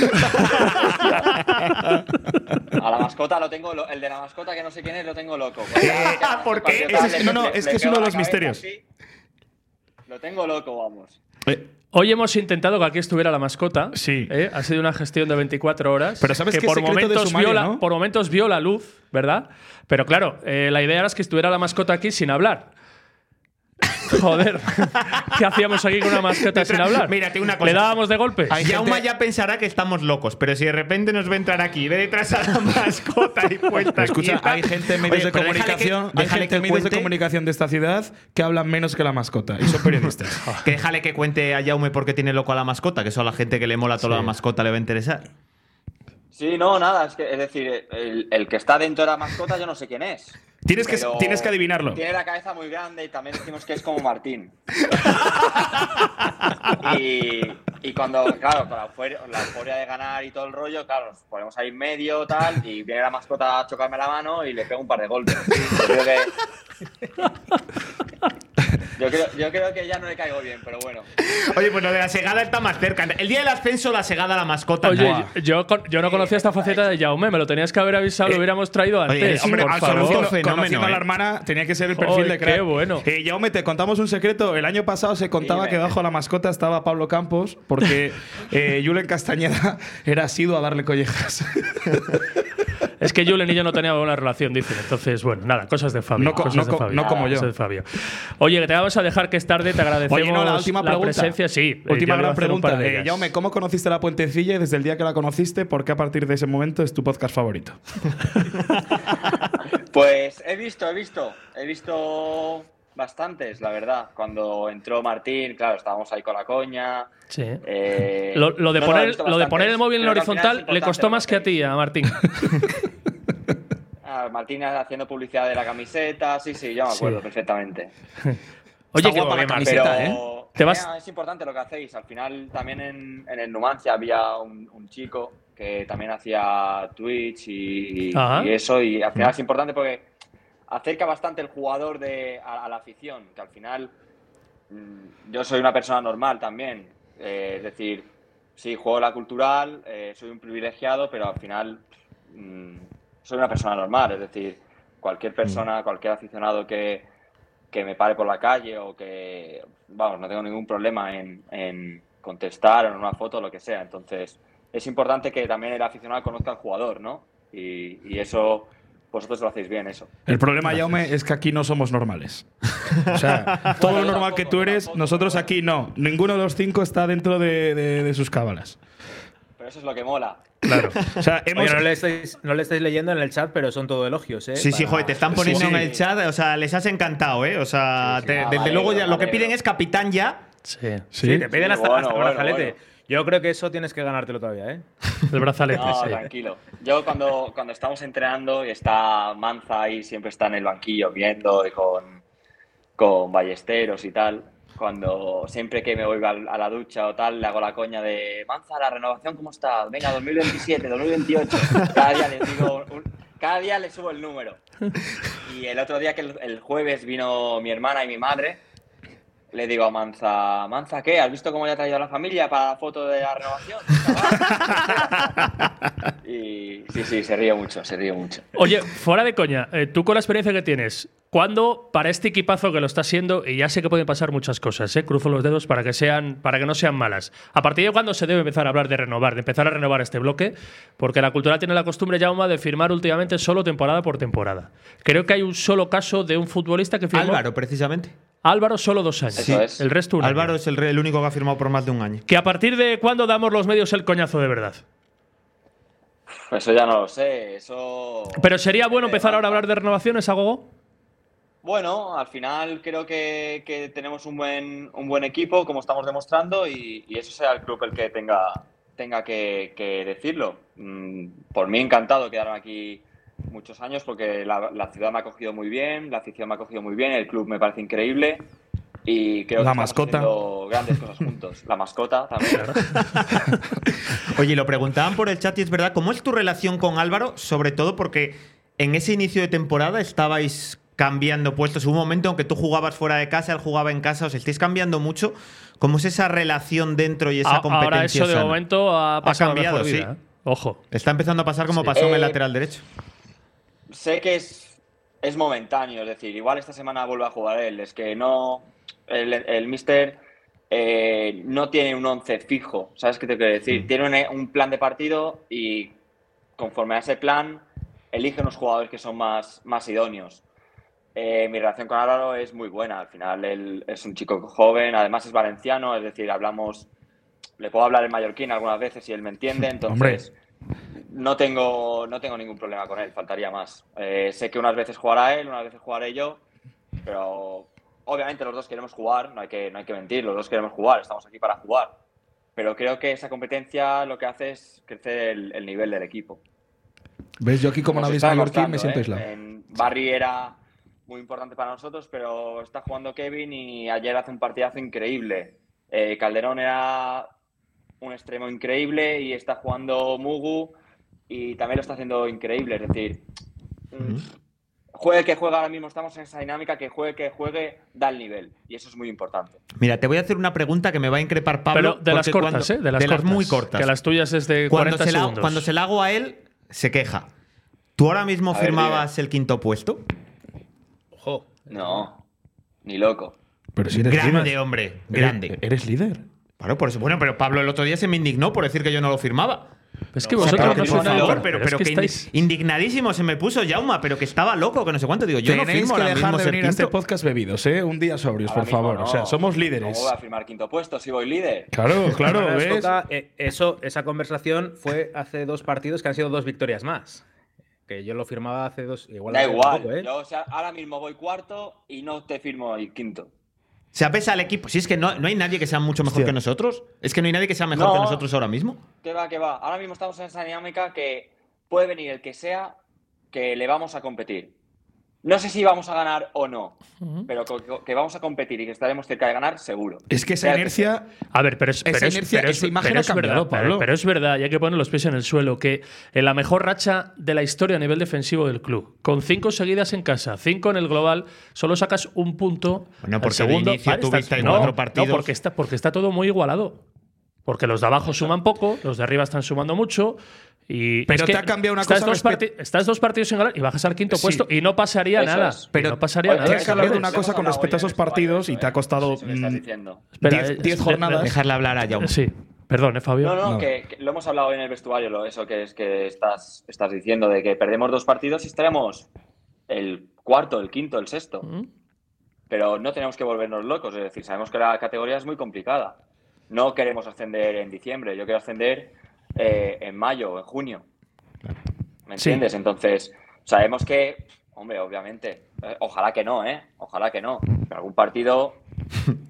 *laughs* A la mascota lo tengo, lo- el de la mascota que no sé quién es, lo *laughs* tengo loco. *laughs* ¿por qué? Cuando Ese es- no, le- no, le- es le que es pego uno de la los cabeza misterios. así. Lo tengo loco, vamos. Eh, Hoy hemos intentado que aquí estuviera la mascota. ¿eh? Sí. Ha sido una gestión de 24 horas. Pero sabes que es por secreto de momentos, sumario, vio la, ¿no? por momentos vio la luz, ¿verdad? Pero claro, eh, la idea era que estuviera la mascota aquí sin *laughs* hablar. Joder, ¿qué hacíamos aquí con una mascota sin hablar? Mírate una cosa. Le dábamos de golpes. Yauma ya pensará que estamos locos, pero si de repente nos ve entrar aquí y ve detrás a la *laughs* mascota y puesta Escucha, quieta- hay gente en medios Oye, de pero déjale que- comunicación, hay déjale gente en que medios de cuente- comunicación de esta ciudad que hablan menos que la mascota y son *laughs* periodistas. Que déjale que cuente a Jaume por qué tiene loco a la mascota, que eso a la gente que le mola toda Sí. la mascota le va a interesar. Sí, no, nada, es, que, es decir, el, el que está dentro de la mascota yo no sé quién es. Tienes que- Pero tienes que adivinarlo. Tiene la cabeza muy grande y también decimos que es como *laughs* Martín. y, y cuando, claro, con la euforia, la euforia de ganar y todo el rollo, claro, nos ponemos ahí en medio, tal, y viene la mascota a chocarme la mano y le pego un par de golpes. Yo creo que, yo creo, yo creo que ya no le caigo bien, pero bueno. Oye, pues lo de la segada está más cerca. El día del ascenso, la segada a la mascota. Oye, Buah. yo, yo con- yo no conocía esta faceta de Jaume, me lo tenías que haber avisado, Eh, lo hubiéramos traído oye, antes. hombre, por al favor. solución- Conociendo fenómeno, a la eh. hermana, tenía que ser el perfil Oy, de crack. qué bueno. Eh, Jaume, te contamos un secreto. El año pasado se contaba Dime. que bajo la mascota estaba Pablo Campos *laughs* porque eh, Julen Castañeda *laughs* era asiduo a darle collejas. Es que Julen y yo no teníamos una relación, dicen. Entonces, bueno, nada, cosas de Fabio. No co- cosas no de co- Fabio. no como yo. Cosas de Fabio. Oye, que te vamos a dejar que es tarde, te agradecemos Oye, no, la última pregunta. presencia. Sí, eh, yo iba última a gran hacer un par pregunta. de Eh, ellas. Jaume, ¿cómo conociste la puentecilla y desde el día que la conociste, por qué a partir de ese momento es tu podcast favorito? Pues he visto, he visto, he visto bastantes, la verdad. Cuando entró Martín, claro, estábamos ahí con la coña. Sí. eh, Lo, lo de no, no, he poner, visto lo de bastantes. poner el móvil en Creo que al final horizontal es le costó importante, más que a ti, a Martín. ¿no? Ah, Martín haciendo publicidad de la camiseta, sí, sí, yo me acuerdo Sí. perfectamente. Oye, guapa que- la camiseta, Pero Te vas- eh, es importante lo que hacéis. Al final también en, en el Numancia había un, un chico que también hacía Twitch y, y- Ajá. y eso. Y al final es importante porque acerca bastante el jugador de, a, a la afición. Que al final mm, yo soy una persona normal también. Eh, es decir, sí, juego la cultural, eh, soy un privilegiado, pero al final mm, soy una persona normal. Es decir, cual- Cualquier persona, cualquier aficionado que, que me pare por la calle o que, eh, vamos, no tengo ningún problema en, en contestar o en una foto, lo que sea. Entonces, es importante que también el aficionado conozca al jugador, ¿no? Y, y eso, vosotros lo hacéis bien, eso. El problema, Jaume, es que aquí no somos normales. O *laughs* sea, todo lo normal que tú eres, nosotros aquí no. Ninguno de los cinco está dentro de, de- de sus cábalas. Pero eso es lo que mola. Claro. O sea, hemos- Oye, no, le estáis, no le estáis leyendo en el chat, pero son todo elogios, ¿eh? Sí, sí, Para- joder, te están poniendo Sí, sí. en el chat, o sea, les has encantado, ¿eh? O sea, te- Ah, desde vale, luego ya lo vale. que piden es capitán ya. Sí. Sí, te piden Sí, hasta, bueno, hasta bueno, brazalete. bueno. Yo creo que eso tienes que ganártelo todavía, ¿eh? El brazalete, No, tranquilo. Yo cuando, cuando estamos entrenando y está Manza ahí, siempre está en el banquillo viendo y con, con ballesteros y tal. Cuando siempre que me voy al- a la ducha o tal, le hago la coña de Manza, la renovación, ¿cómo está? Venga, 2027, 2028. Cada día les digo, un- cada día le subo el número. Y el otro día, que el, el jueves, vino mi hermana y mi madre. Le digo a Manza, Manza, ¿qué? ¿Has visto cómo ya ha traído a la familia para la foto de la renovación? Y sí, sí, se ríe mucho, se ríe mucho. Oye, fuera de coña, eh, tú con la experiencia que tienes, ¿cuándo para este equipazo que lo está siendo, y ya sé que pueden pasar muchas cosas, eh, cruzo los dedos para que, sean, para que no sean malas, a partir de cuándo se debe empezar a hablar de renovar, de empezar a renovar este bloque? Porque la cultura tiene la costumbre, Jauma, de firmar últimamente solo temporada por temporada. Creo que hay un solo caso de un futbolista que firmó… Álvaro, precisamente. Álvaro solo dos años. Eso es. El resto un año. Álvaro es el, re- el único que ha firmado por más de un año. Que a partir de cuándo damos los medios el coñazo de verdad. Eso ya no lo sé, eso... Pero sería bueno empezar ahora a hablar de renovaciones, Agogo. Bueno, al final creo que, que tenemos un buen, un buen equipo, como estamos demostrando, y, y eso sea el club el que tenga, tenga que, que decirlo. Mm, Por mí encantado quedaron aquí muchos años porque la, la ciudad me ha cogido muy bien, la afición me ha cogido muy bien, el club me parece increíble y creo La que estamos mascota. haciendo grandes cosas juntos. La mascota también. Oye, lo preguntaban por el chat y es verdad, ¿cómo es tu relación con Álvaro? Sobre todo porque en ese inicio de temporada estabais cambiando puestos. Hubo un momento en que tú jugabas fuera de casa, él jugaba en casa, os estáis cambiando mucho. ¿Cómo es esa relación dentro y esa A- competencia? ahora eso de sana? momento ha pasado a cambiado, mejor sí. vida, ¿eh? Ojo. Está empezando a pasar como Sí. pasó en el Eh, lateral derecho. sé que es, es momentáneo, es decir, igual esta semana vuelve a jugar él, es que no, el, el mister eh, no tiene un once fijo, ¿sabes qué te quiero decir? Tiene un, un plan de partido y conforme a ese plan elige unos jugadores que son más, más idóneos. Eh, mi relación con Álvaro es muy buena, al final él es un chico joven, además es valenciano, es decir, hablamos, le puedo hablar en mallorquín algunas veces y él me entiende, Hombre. entonces no tengo, no tengo ningún problema con él, faltaría más. Eh, sé que unas veces jugará él, unas veces jugaré yo, pero obviamente los dos queremos jugar, no hay que, eh, no hay que mentir, los dos queremos jugar, estamos aquí para jugar. Pero creo que esa competencia lo que hace es crecer el, el nivel del equipo. ¿Ves? Yo aquí como no Nos habéis está mallorquín me costando, siento ¿eh? aislado. En Barry era muy importante para nosotros, pero está jugando Kevin y ayer hace un partidazo increíble. Eh, Calderón era un extremo increíble y está jugando Mugu y también lo está haciendo increíble. Es decir, mm, juegue el que juega ahora mismo, estamos en esa dinámica, que juegue el que juegue, da el nivel. Y eso es muy importante. Mira, te voy a hacer una pregunta que me va a increpar Pablo. Pero de las porque cortas, cuando- ¿eh? De las, cortas. muy cortas. Que las tuyas es de cuando, 40 se la, segundos. cuando se la hago a él, se queja. ¿Tú ahora mismo A ver, firmabas el quinto puesto? No, ni loco. Pero si eres Grande, líder. hombre. Eres- Grande. Eres líder. Claro, por eso. Bueno, pero Pablo el otro día se me indignó por decir que yo no lo firmaba. Es que O sea, vosotros pero no que, por sois nada. favor, pero, Pero pero es que que estáis- indi- indignadísimo se me puso Jauma, pero que estaba loco, que no sé cuánto. Digo, yo no Tenéis firmo que ahora dejar mismo de ser venir a este quinto. podcast bebidos, ¿eh? Un día sobrios, Ahora por mismo favor. no. O sea, somos ¿Cómo líderes. voy a firmar quinto puesto si voy líder? Claro, claro, *laughs* Ahora nos ¿ves? toca, eh, eso, esa conversación fue hace dos partidos que han sido dos victorias más. Que yo lo firmaba hace dos. Igual Da hace igual. poco, ¿eh? Yo o sea, ahora mismo voy cuarto y no te firmo el quinto. Se apesa al equipo. Si es que no, no hay nadie que sea mucho mejor Hostia. que nosotros. Es que no hay nadie que sea mejor No. que nosotros ahora mismo. Que va, que va. Ahora mismo estamos en esa dinámica que puede venir el que sea, que le vamos a competir. No sé si vamos a ganar o no, pero co- co- que vamos a competir y que estaremos cerca de ganar, seguro. Es que esa Sea el sea. inercia. A ver, pero es, Esa pero es- inercia, pero es- esa imagen pero ha es verdad, cambiado, pero- Pablo. Pero es verdad, ya que poner los pies en el suelo, que en la mejor racha de la historia a nivel defensivo del club, con cinco seguidas en casa, cinco en el global, solo sacas un punto. Bueno, al porque de segundo. inicio Vale, estás- tuviste no, cuatro no, partidos. porque está, porque está todo muy igualado. Porque los de abajo suman poco, los de arriba están sumando mucho. Y Pero es que te ha cambiado una estás cosa Dos respecto- parti- estás dos partidos sin ganar y bajas al quinto Sí. puesto y no pasaría Eso nada. es. Pero no pasaría Te nada. has hablado de una cosa con respecto a ¿eh? esos partidos y te ha costado Espera, eh, 10 de- jornadas. de- Sí. Perdón, ¿eh, Fabio. No, no, Que, que lo hemos hablado hoy en el vestuario, lo, eso que es que estás, estás diciendo, de que perdemos dos partidos y estaremos el cuarto, el quinto, el sexto. Pero no tenemos que volvernos locos, es decir, sabemos que la categoría es muy complicada. No queremos ascender en diciembre, yo quiero ascender eh, en mayo o en junio. ¿Me Sí. entiendes? Entonces, sabemos que, hombre, obviamente, eh, ojalá que no, ¿eh? Ojalá que no. Que algún partido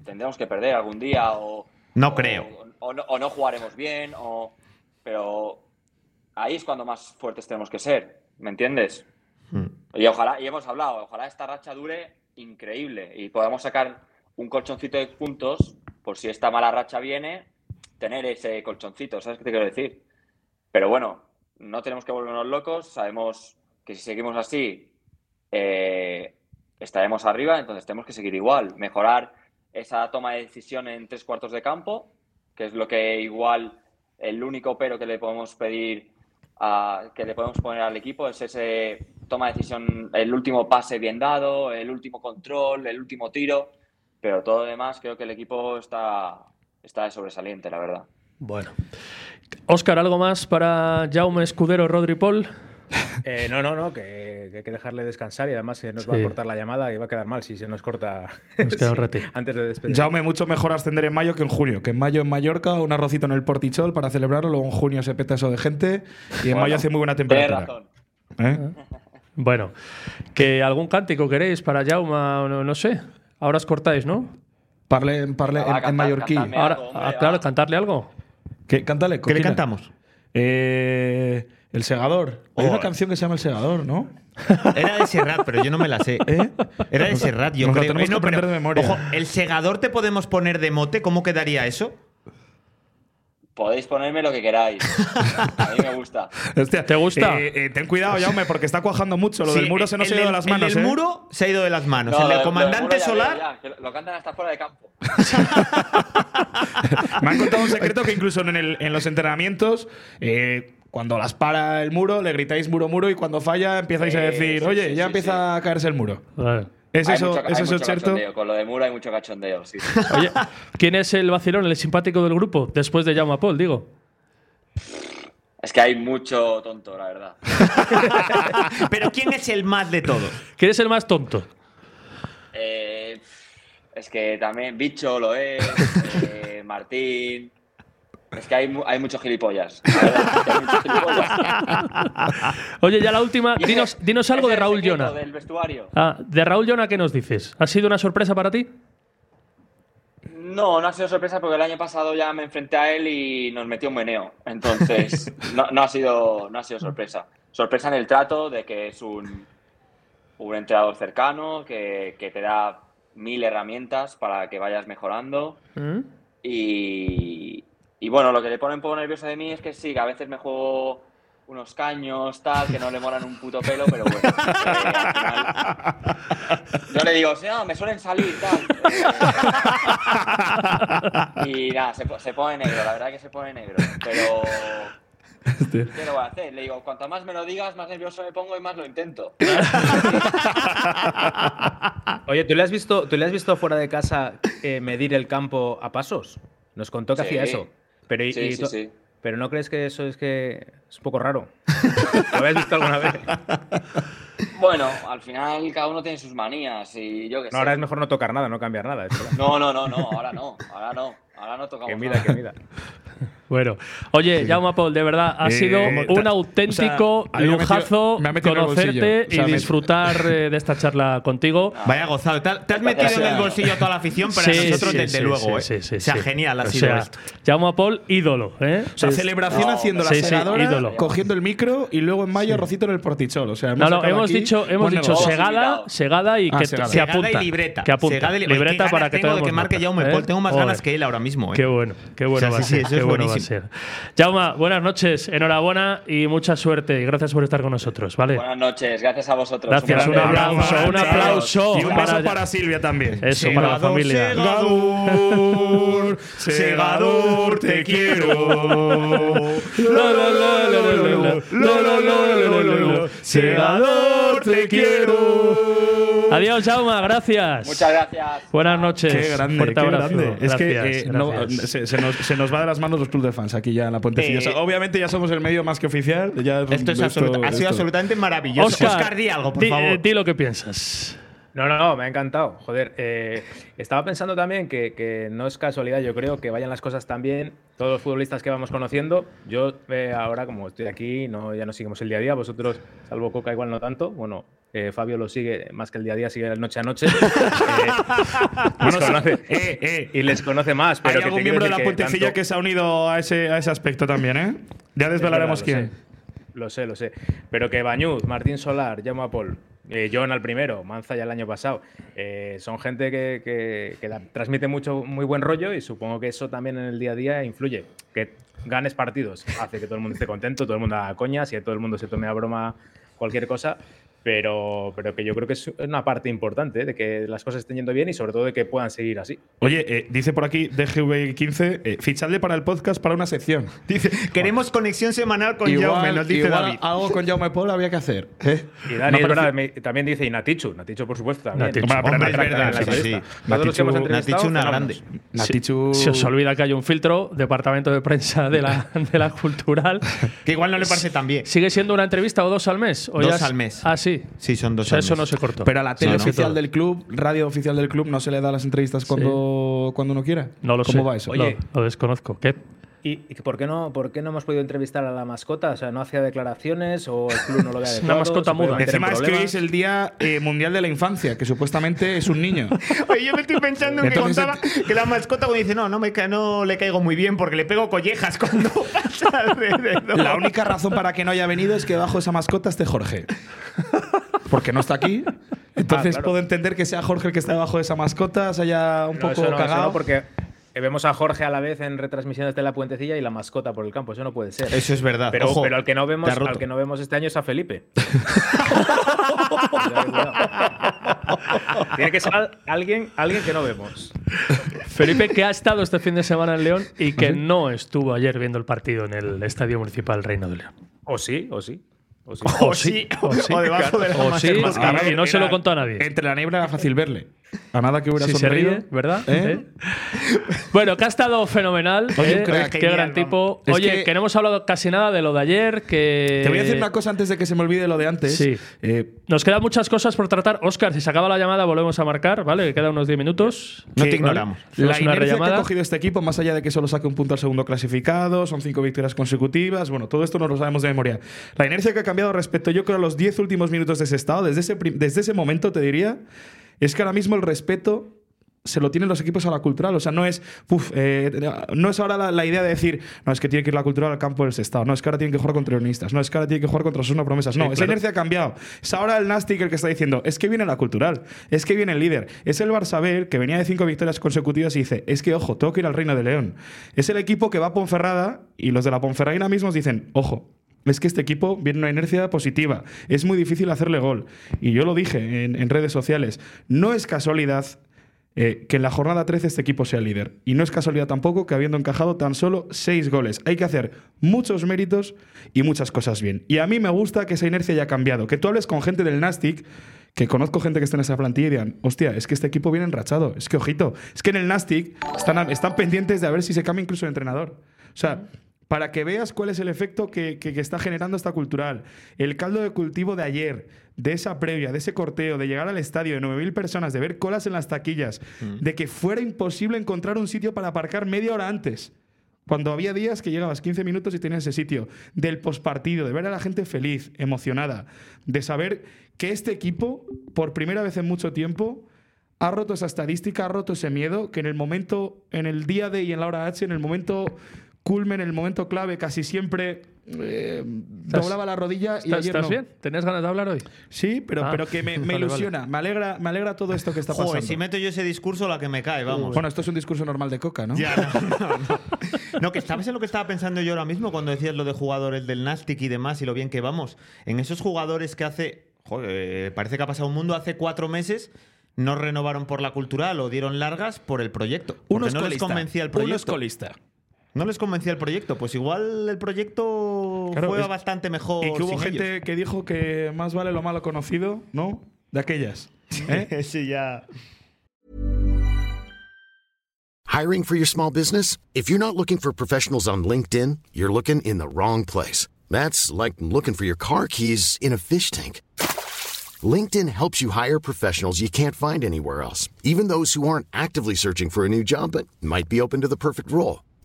tendremos que perder algún día o, No creo. o no, o no jugaremos bien, o... pero ahí es cuando más fuertes tenemos que ser, ¿me entiendes? Hmm. Y ojalá, y hemos hablado, ojalá esta racha dure increíble y podamos sacar un colchoncito de puntos por si esta mala racha viene, tener ese colchoncito, ¿sabes qué te quiero decir? Pero bueno, no tenemos que volvernos locos, sabemos que si seguimos así eh, estaremos arriba, entonces tenemos que seguir igual, mejorar esa toma de decisión en tres cuartos de campo, que es lo que igual el único pero que le podemos pedir a- que le podemos poner al equipo es ese toma de decisión, el último pase bien dado, el último control, el último tiro, pero todo lo demás creo que el equipo está, está de sobresaliente, la verdad. Bueno. Óscar, ¿algo más para Jaume Escudero, Rodri Paul? *laughs* Eh, no, no, no, que, que hay que dejarle descansar y además que nos Sí. va a cortar la llamada y va a quedar mal si se nos corta *laughs* Nos queda un ratito. *laughs* antes de despedir. Jaume, mucho mejor ascender en mayo que en junio. Que en mayo en Mallorca, un arrocito en el Portichol para celebrarlo, luego en junio se peta eso de gente y en Bueno, mayo hace muy buena temperatura. ¿Eh? Bueno, que algún cántico queréis para Jaume, o no, no sé. Ahora os cortáis, ¿no? Parle, parle en, en mallorquí. Ahora, ah, claro, cantarle algo. ¿Qué, cántale, ¿Qué le Coquina. cantamos? Eh, el Segador. Hay una Joder. canción que se llama El Segador, ¿no? Era de Serrat, pero yo no me la sé. ¿eh? Era de Serrat, yo Nos la creo. tenemos Eh, no, que aprender pero, de memoria. Ojo, ¿el segador te podemos poner de mote? ¿Cómo quedaría eso? Podéis ponerme lo que queráis. A mí me gusta. *laughs* Hostia, ¿Te gusta? eh, eh, ten cuidado, Jaume, porque está cuajando mucho. Lo Sí, del muro se nos el ha ido de del- las el manos. del ¿eh? muro se ha ido de las manos. No, el lo- del lo comandante del muro ya solar. veo, ya, que lo- lo cantan hasta fuera de campo. Me han contado un secreto que incluso en, el- en los entrenamientos, eh, cuando las para el muro, le gritáis muro, muro, y cuando falla empezáis a Sí, decir, sí, oye, sí, ya sí, empieza a caerse el muro. ¿Es Hay eso, mucho- hay ¿es eso mucho cierto? cachondeo, Con lo de Mura hay mucho cachondeo, sí. Oye, ¿quién es el vacilón, el simpático del grupo? Después de Jaume Paul, digo. Es que hay mucho tonto, la verdad. Pero ¿quién es el más de todos? ¿Quién es el más tonto? Eh, es que también Bicho lo es, eh, Martín. Es que hay, mu- hay muchos gilipollas. la verdad, es que hay muchos gilipollas. Oye, ya *laughs* la última. Y ese- Dinos, dinos ese algo de es el Raúl secreto Llona. del vestuario. Ah, de Raúl Llona, ¿qué nos dices? ¿Ha sido una sorpresa para ti? No, no ha sido sorpresa porque el año pasado ya me enfrenté a él y nos metió un meneo. Entonces, *laughs* no, no ha sido, no ha sido sorpresa. Sorpresa en el trato de que es un, un entrenador cercano, que, que te da mil herramientas para que vayas mejorando. Y, y bueno, lo que le pone un poco nervioso de mí es que sí, que a veces me juego unos caños, tal, que no le molan un puto pelo, pero bueno. eh, al final- yo le digo, sí, no, me suelen salir, tal. Eh, y nada, se, po- se pone negro, la verdad que se pone negro. Pero. ¿Qué lo voy a hacer? Le digo, cuanto más me lo digas, más nervioso me pongo y más lo intento. *laughs* Oye, ¿tú le has visto, tú le has visto fuera de casa eh, medir el campo a pasos? Nos contó que Sí. hacía eso. Pero, y- Sí, y sí, tú- sí. pero no crees que eso es que es un poco raro. *laughs* ¿Lo habías visto alguna vez? Bueno, al final cada uno tiene sus manías y yo qué sé. No, ahora es mejor no tocar nada, no cambiar nada. es verdad. No, no, no, no, ahora no, ahora no, ahora no tocamos. Que mira, nada. que mira. Bueno, oye, Jaume Paul, de verdad, ha Eh, sido un ta- auténtico o sea, a mí me ha metido- lujazo me ha metido en el bolsillo. conocerte O sea, y me- disfrutar eh, de esta charla contigo. *laughs* Vaya gozado. Te, te has metido O sea- en el bolsillo a toda la afición, pero Sí, a nosotros sí, desde sí, luego. sí, ¿eh? sí, sí, o sea, sí. genial ha O sido sea, esto. Jaume Paul, ídolo. ¿eh? O sea, Es- celebración haciendo la Sí, sí, senadora, ídolo. cogiendo el micro y luego en mayo rocito en el portichol. O sea, No, no, sacado hemos aquí dicho, hemos buen dicho negocio. Segada, Segada y Ah, que Segada. se Segada apunta. y libreta. Que apunta. Segada y- Oye, qué libreta ganas para que tengo de todo el que mundo marque nota, Jaume ¿eh? Paul. Tengo más Joder. ganas que él ahora mismo. ¿eh? Qué bueno, qué bueno. O sea, va sí, a sí, ser, eso qué es bueno va a a ser. Jauma, buenas noches, enhorabuena y mucha suerte. Y gracias por estar con nosotros, ¿vale? Buenas noches, gracias a vosotros. Gracias, un grande aplauso, un aplauso. Y un para- beso Para Silvia también. Eso, para la familia. *laughs* Segador, segador, te quiero. Lo, lo, lo, lo, lo, lo, lo, lo, lo, lo, lo, lo. Segador, te quiero. Adiós, Jauma, gracias. Muchas gracias. Buenas noches. Qué grande, Fuerte qué abrazo. grande. Es que Gracias, eh, no, gracias. se, se nos, se nos va de las manos los clubes de fans aquí ya en la Pontecilla. Eh, O sea, obviamente ya somos el medio más que oficial. ya- Esto es absoluta- ha sido esto- absolutamente maravilloso. Oscar, di algo, por favor. lo que piensas. No, no, no, me ha encantado. Joder, eh, estaba pensando también que, que no es casualidad, yo creo que vayan las cosas tan bien. Todos los futbolistas que vamos conociendo, yo eh, ahora como estoy aquí, no, ya no seguimos el día a día, vosotros, salvo Coca, igual no tanto. Bueno, eh, Fabio lo sigue más que el día a día, sigue noche a noche. *laughs* Eh, *laughs* les conoce, y les conoce más. Pero Eh, Hay que te algún quiero miembro de decir la que Pontecilla tanto- que se ha unido a ese, a ese aspecto también, ¿eh? Ya desvelaremos Es verdad, quién. Lo sé, lo sé. Pero que Bañuz, Martín Solar, Jaume Paul, eh, John al primero, Manza ya el año pasado, eh, son gente que, que- que da- transmite mucho, muy buen rollo y supongo que eso también en el día a día influye. Que ganes partidos hace que todo el mundo esté contento, todo el mundo haga coñas y que todo el mundo se tome a broma cualquier cosa. Pero, pero que yo creo que es una parte importante ¿eh? de que las cosas estén yendo bien y sobre todo de que puedan seguir así. Oye, eh, dice por aquí DGV15, eh, fichadle para el podcast para una sección. Dice, queremos conexión semanal con Jaume, nos dice igual Ah, David. Algo con Jaume Paul había que hacer. ¿eh? Y Dani, Me es ha verdad, me- también dice, y Natichu, Natichu por supuesto también. Natichu. Hombre, Hombre, Natichu es verdad, en la sí, sí. entrevista. Todos los que hemos Natichu- entrevistado, Natichu, una fenómenos. grande. Natichu- Se, se os olvida que hay un filtro, departamento de prensa de la, *laughs* de *laughs* la cultural. que igual no le parece tan bien. ¿Sigue siendo una entrevista o dos al mes? ¿O ya Dos es- al mes. Ah, sí. Sí, son dos O sea, al eso mes. no se cortó. Pero a la tele No, no. oficial del club, radio oficial del club, no se le da las entrevistas cuando, cuando uno quiera. No lo ¿Cómo sé. va eso? Lo- lo desconozco. ¿Qué? ¿Y, y por, qué no, por qué no hemos podido entrevistar a la mascota? O sea, ¿no hacía declaraciones o el club no lo había Es dejado? una mascota ¿Se podía muda. meter en Encima es que hoy es problemas? el Día eh, Mundial de la Infancia, que supuestamente es un *laughs* niño. *laughs* Oye, yo me estoy pensando en que Entonces- contaba que la mascota cuando dice no, no, me, ca- no le caigo muy bien porque le pego collejas cuando *laughs* pasa alrededor. La única razón para que no haya venido es que bajo esa mascota esté Jorge. Porque no está aquí. Ah, Entonces claro. puedo entender que sea Jorge el que está debajo de esa mascota, se haya un No, poco eso no, eso cagado. no, porque eh, vemos a Jorge a la vez en retransmisiones de la puentecilla y la mascota por el campo. Eso no puede ser. Eso es verdad. Pero, Ojo, pero al, que no vemos, te has roto. al que no vemos este año es a Felipe. *laughs* Tiene que ser al- alguien, alguien que no vemos. Felipe, que ha estado este fin de semana en León y que no estuvo ayer viendo el partido en el Estadio Municipal Reino de León. O sí, o sí. O sí. O sí, o sí. *laughs* O debajo de la O sí, mascota. y no se lo contó a nadie. Entre la niebla era fácil verle. A nada que hubiera Si se sonreído. ríe, ¿verdad? ¿Eh? Bueno, que ha estado fenomenal. Oye, ¿eh? un crack. Qué Genial, gran vamos. tipo. Es Oye, que... que- no hemos hablado casi nada de lo de ayer. Que... Te voy a decir una cosa antes de que se me olvide lo de antes. Eh, Sí. Eh, Nos quedan muchas cosas por tratar. Oscar, si se acaba la llamada, volvemos a marcar, ¿vale? Que quedan unos 10 minutos. que, Que- ¿vale? ¿vale? La Hacemos una inercia que ha rellamada. cogido este equipo, más allá de que solo saque un punto al segundo clasificado, son cinco victorias consecutivas, bueno, todo esto no lo sabemos de memoria. La inercia que ha cambiado respecto, yo creo, a los 10 últimos minutos de ese estado, desde ese, prim- desde ese momento te diría, es que ahora mismo el respeto se lo tienen los equipos a la cultural. O sea, no es, puf, eh, no es ahora la, la idea de decir, no, es que tiene que ir la cultural al campo del Sestao, no, es que ahora tienen que jugar contra Leonistas, no, es que ahora tienen que jugar contra Osuna Promesas. No, Sí, esa claro. inercia ha cambiado. Es ahora el Nastic el que está diciendo, es que viene la cultural, es que viene el líder. Es el Barça B el que venía de cinco victorias consecutivas y dice, es que ojo, tengo que ir al Reino de León. Es el equipo que va a Ponferrada y los de la Ponferradina mismos dicen, ojo, es que este equipo viene una inercia positiva. Es muy difícil hacerle gol. Y yo lo dije en, en redes sociales. No es casualidad eh, que en la jornada 13 este equipo sea líder. Y no es casualidad tampoco que habiendo encajado tan solo seis goles. Hay que hacer muchos méritos y muchas cosas bien. Y a mí me gusta que esa inercia haya cambiado. Que tú hables con gente del Nastic, que conozco gente que está en esa plantilla y digan, hostia, es que este equipo viene enrachado. Es que ojito, es que en el Nastic están, están pendientes de a ver si se cambia incluso el entrenador. O sea, para que veas cuál es el efecto que, que- que está generando esta cultural. El caldo de cultivo de ayer, de esa previa, de ese corteo, de llegar al estadio de 9.000 personas, de ver colas en las taquillas, de que fuera imposible encontrar un sitio para aparcar media hora antes. Cuando había días que llegabas 15 minutos y tenías ese sitio, del pospartido, de ver a la gente feliz, emocionada, de saber que este equipo, por primera vez en mucho tiempo, ha roto esa estadística, ha roto ese miedo, que en el momento, en el día de y en la hora H, en el momento culmen, en el momento clave, casi siempre eh, ¿Estás- doblaba la rodilla y ¿Estás, ayer estás no. bien? ¿Tenías ganas de hablar hoy? Sí, pero, Ah, pero que *laughs* me, me vale, vale. ilusiona, me alegra, me alegra todo esto que está pasando. Joder, si meto yo ese discurso, la que me cae, vamos. Bueno, esto es un discurso normal de Coca, ¿no? Ya, no, no, no. No, que sabes en lo que estaba pensando yo ahora mismo cuando decías lo de jugadores del Nastic y demás y lo bien que vamos. En esos jugadores que hace. Joder, eh, parece que ha pasado un mundo hace cuatro meses. No renovaron por la cultural o dieron largas por el proyecto. Porque Uno es no les colista, convencía el uno es proyecto. colista. No les convencía el proyecto. Pues igual el proyecto Claro, fue es- bastante mejor. Y que hubo sin gente ellos. *laughs* que dijo que más vale lo malo conocido, ¿no? De aquellas. ¿eh? sí, ya. Hiring for your small business? If you're not looking for professionals on LinkedIn, you're looking in the wrong place. That's like looking for your car keys in a fish tank. LinkedIn helps you hire professionals you can't find anywhere else, even those who aren't actively searching for a new job but might be open to the perfect role.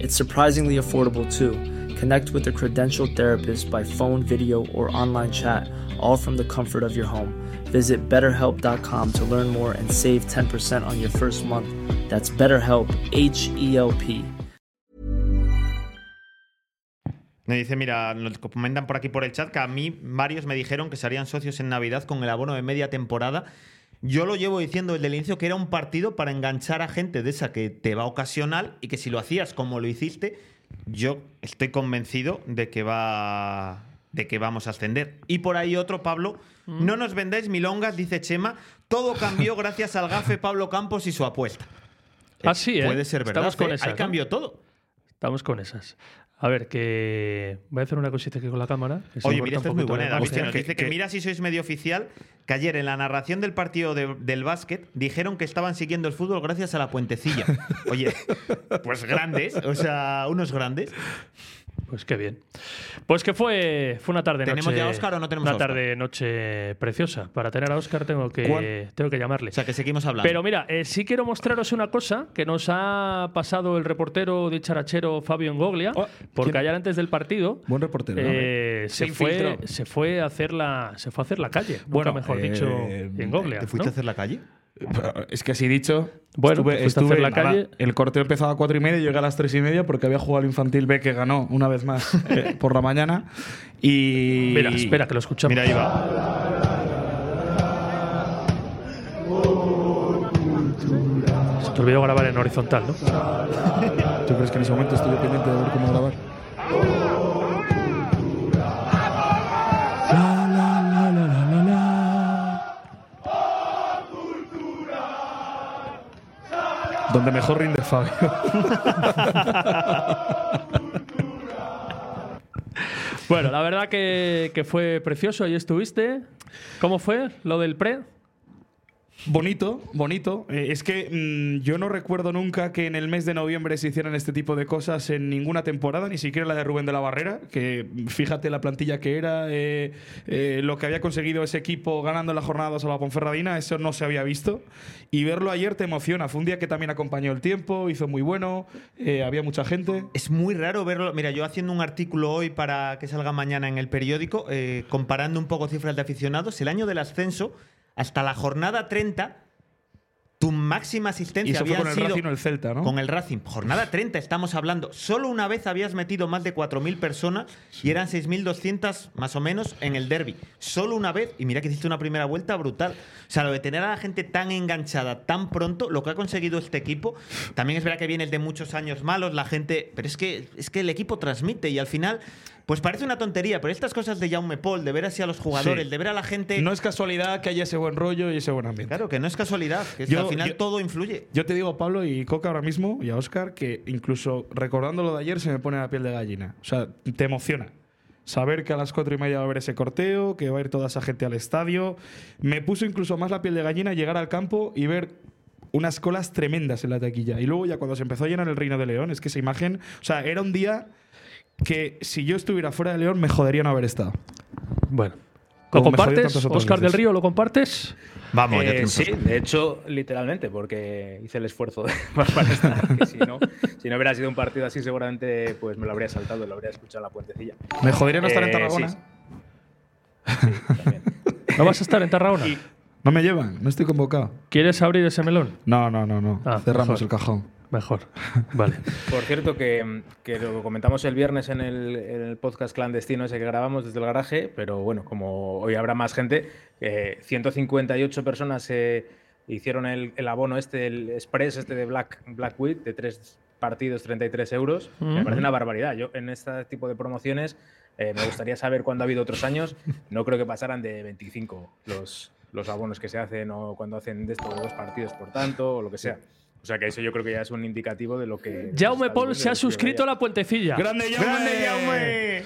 It's surprisingly affordable too. Connect with a credentialed therapist by phone, video, or online chat, all from the comfort of your home. Visit betterhelp.com to learn more and save 10% on your first month. That's BetterHelp, H E L P. Me dice, mira, nos comentan por aquí por el chat que a mí varios me dijeron que se harían socios en Navidad con el abono de media temporada. Yo lo llevo diciendo desde el inicio que era un partido para enganchar a gente de esa que te va ocasional y que si lo hacías como lo hiciste, yo estoy convencido de que va de que vamos a ascender. Y por ahí otro Pablo, Mm. no nos vendáis milongas, dice Chema, todo cambió gracias al gafe Pablo Campos y su apuesta. Así, ¿eh? Puede ser verdad. Estamos con ¿eh? esas, Ahí ¿no? cambió todo. Estamos con esas. A ver, que voy a hacer una cosita aquí con la cámara. que se Oye, me mira, corta esta un es muy poquito buena, la David, imagen. que nos dice que, mira si sois medio oficial, que ayer en la narración del partido de- del básquet dijeron que estaban siguiendo el fútbol gracias a la puentecilla. Oye, pues grandes, o sea, unos grandes. Pues qué bien. Pues que fue, fue una tarde ¿Tenemos noche- ya a Óscar o no tenemos a Una Óscar? tarde noche preciosa. Para tener a Oscar tengo que, ¿Cuál? tengo que llamarle. O sea, que seguimos hablando. Pero mira, eh, sí quiero mostraros una cosa que nos ha pasado el reportero dicharachero Fabio Engoglia, Oh, porque ayer antes del partido *laughs* Buen reportero. ¿no? eh, se, Se fue, infiltró. se fue a hacer la se fue a hacer la calle. Nunca Bueno, mejor eh, dicho, Engoglia. ¿Te fuiste ¿no? a hacer la calle? Es que así dicho, Bueno, estuve, te fuiste a estuve- hacer la nada, calle. El corteo empezaba a cuatro y media, llegué a las tres y media porque había jugado al infantil B que ganó una vez *laughs* más eh, por la mañana. Y. Mira, espera, que lo escuchamos. Mira, ahí va. Se te olvidó grabar en horizontal, ¿no? ¿Tú crees que en ese momento estuve pendiente de ver cómo grabar? Donde mejor rinde Fabio. Bueno, la verdad que, que fue precioso. Ahí estuviste. ¿Cómo fue lo del pre? Bonito, bonito. Eh, es que mm, yo no recuerdo nunca que en el mes de noviembre se hicieran este tipo de cosas en ninguna temporada, ni siquiera la de Rubén de la Barrera, que mm, fíjate la plantilla que era, eh, eh, lo que había conseguido ese equipo ganando en la jornada 2 a la Ponferradina, eso no se había visto. Y verlo ayer te emociona. Fue un día que también acompañó el tiempo, hizo muy bueno, eh, había mucha gente. Es muy raro verlo. Mira, yo haciendo un artículo hoy para que salga mañana en el periódico, eh, comparando un poco cifras de aficionados, el año del ascenso hasta la jornada 30, tu máxima Y asistencia eso fue había con el sido Racing o el Celta, ¿no? Con el Racing, jornada 30 estamos hablando. Solo una vez habías metido más de 4.000 personas y eran 6.200 más o menos en el derby. Solo una vez, y mira que hiciste una primera vuelta brutal. O sea, lo de tener a la gente tan enganchada tan pronto, lo que ha conseguido este equipo, también es verdad que vienes de muchos años malos, la gente, pero es que, es que el equipo transmite y al final... Pues parece una tontería, pero estas cosas de Jaume Paul, de ver así a los jugadores, Sí. de ver a la gente. No es casualidad que haya ese buen rollo y ese buen ambiente. Claro, que no es casualidad, que es que Yo- al final yo- todo influye. Yo te digo, Pablo y Coca ahora mismo, y a Oscar, que incluso recordando lo de ayer se me pone la piel de gallina. O sea, te emociona. Saber que a las cuatro y media va a haber ese corteo, que va a ir toda esa gente al estadio. Me puso incluso más la piel de gallina llegar al campo y ver unas colas tremendas en la taquilla. Y luego ya cuando se empezó a llenar el Reino de León, es que esa imagen, o sea, era un día que si yo estuviera fuera de León me jodería no haber estado. Bueno. ¿Lo Como me jodieron compartes? tantos otros ¿Oscar del veces. Río lo compartes? Eh, sí, de hecho, literalmente, porque hice el esfuerzo *laughs* de- para estar. que si, no, si no hubiera sido un partido así, seguramente pues me lo habría saltado, lo habría escuchado en la puentecilla. Me jodería no estar en Eh, Tarragona. sí. ¿No vas a estar en Tarragona? No me llevan, no estoy convocado. ¿Quieres abrir ese melón? No, no, no, no. Ah, Cerramos mejor. el cajón. Mejor. Vale. Por cierto, que, que lo comentamos el viernes en el, en el podcast clandestino ese que grabamos desde el garaje, pero bueno, como hoy habrá más gente, eh, 158 personas eh, hicieron el, el abono este, el express este de Black, Black Week, de tres partidos, 33 euros. que Me Mm. parece una barbaridad. Yo en este tipo de promociones eh, me gustaría saber cuándo ha habido otros años. No creo que pasaran de 25 los, los abonos que se hacen o cuando hacen de estos dos partidos por tanto o lo que sea. O sea que eso yo creo que ya es un indicativo de lo que pues, Jaume Paul se ha suscrito a la *laughs* puentecilla. Grande Jaume.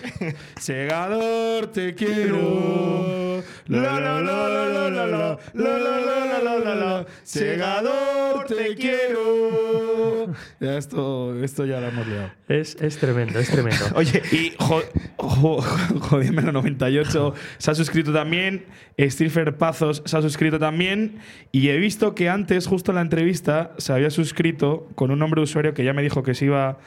*laughs* Segador, te quiero. La la la la la la la la la la la la la. Segador, te quiero. Ya esto, esto ya lo hemos liado. Es, es tremendo, *laughs* es tremendo. Oye, y jo- jo- Jodiemelo98 se ha suscrito también, Stiefer Pazos se ha suscrito también, y he visto que antes, justo en la entrevista, se había suscrito con un nombre de usuario que ya me dijo que se iba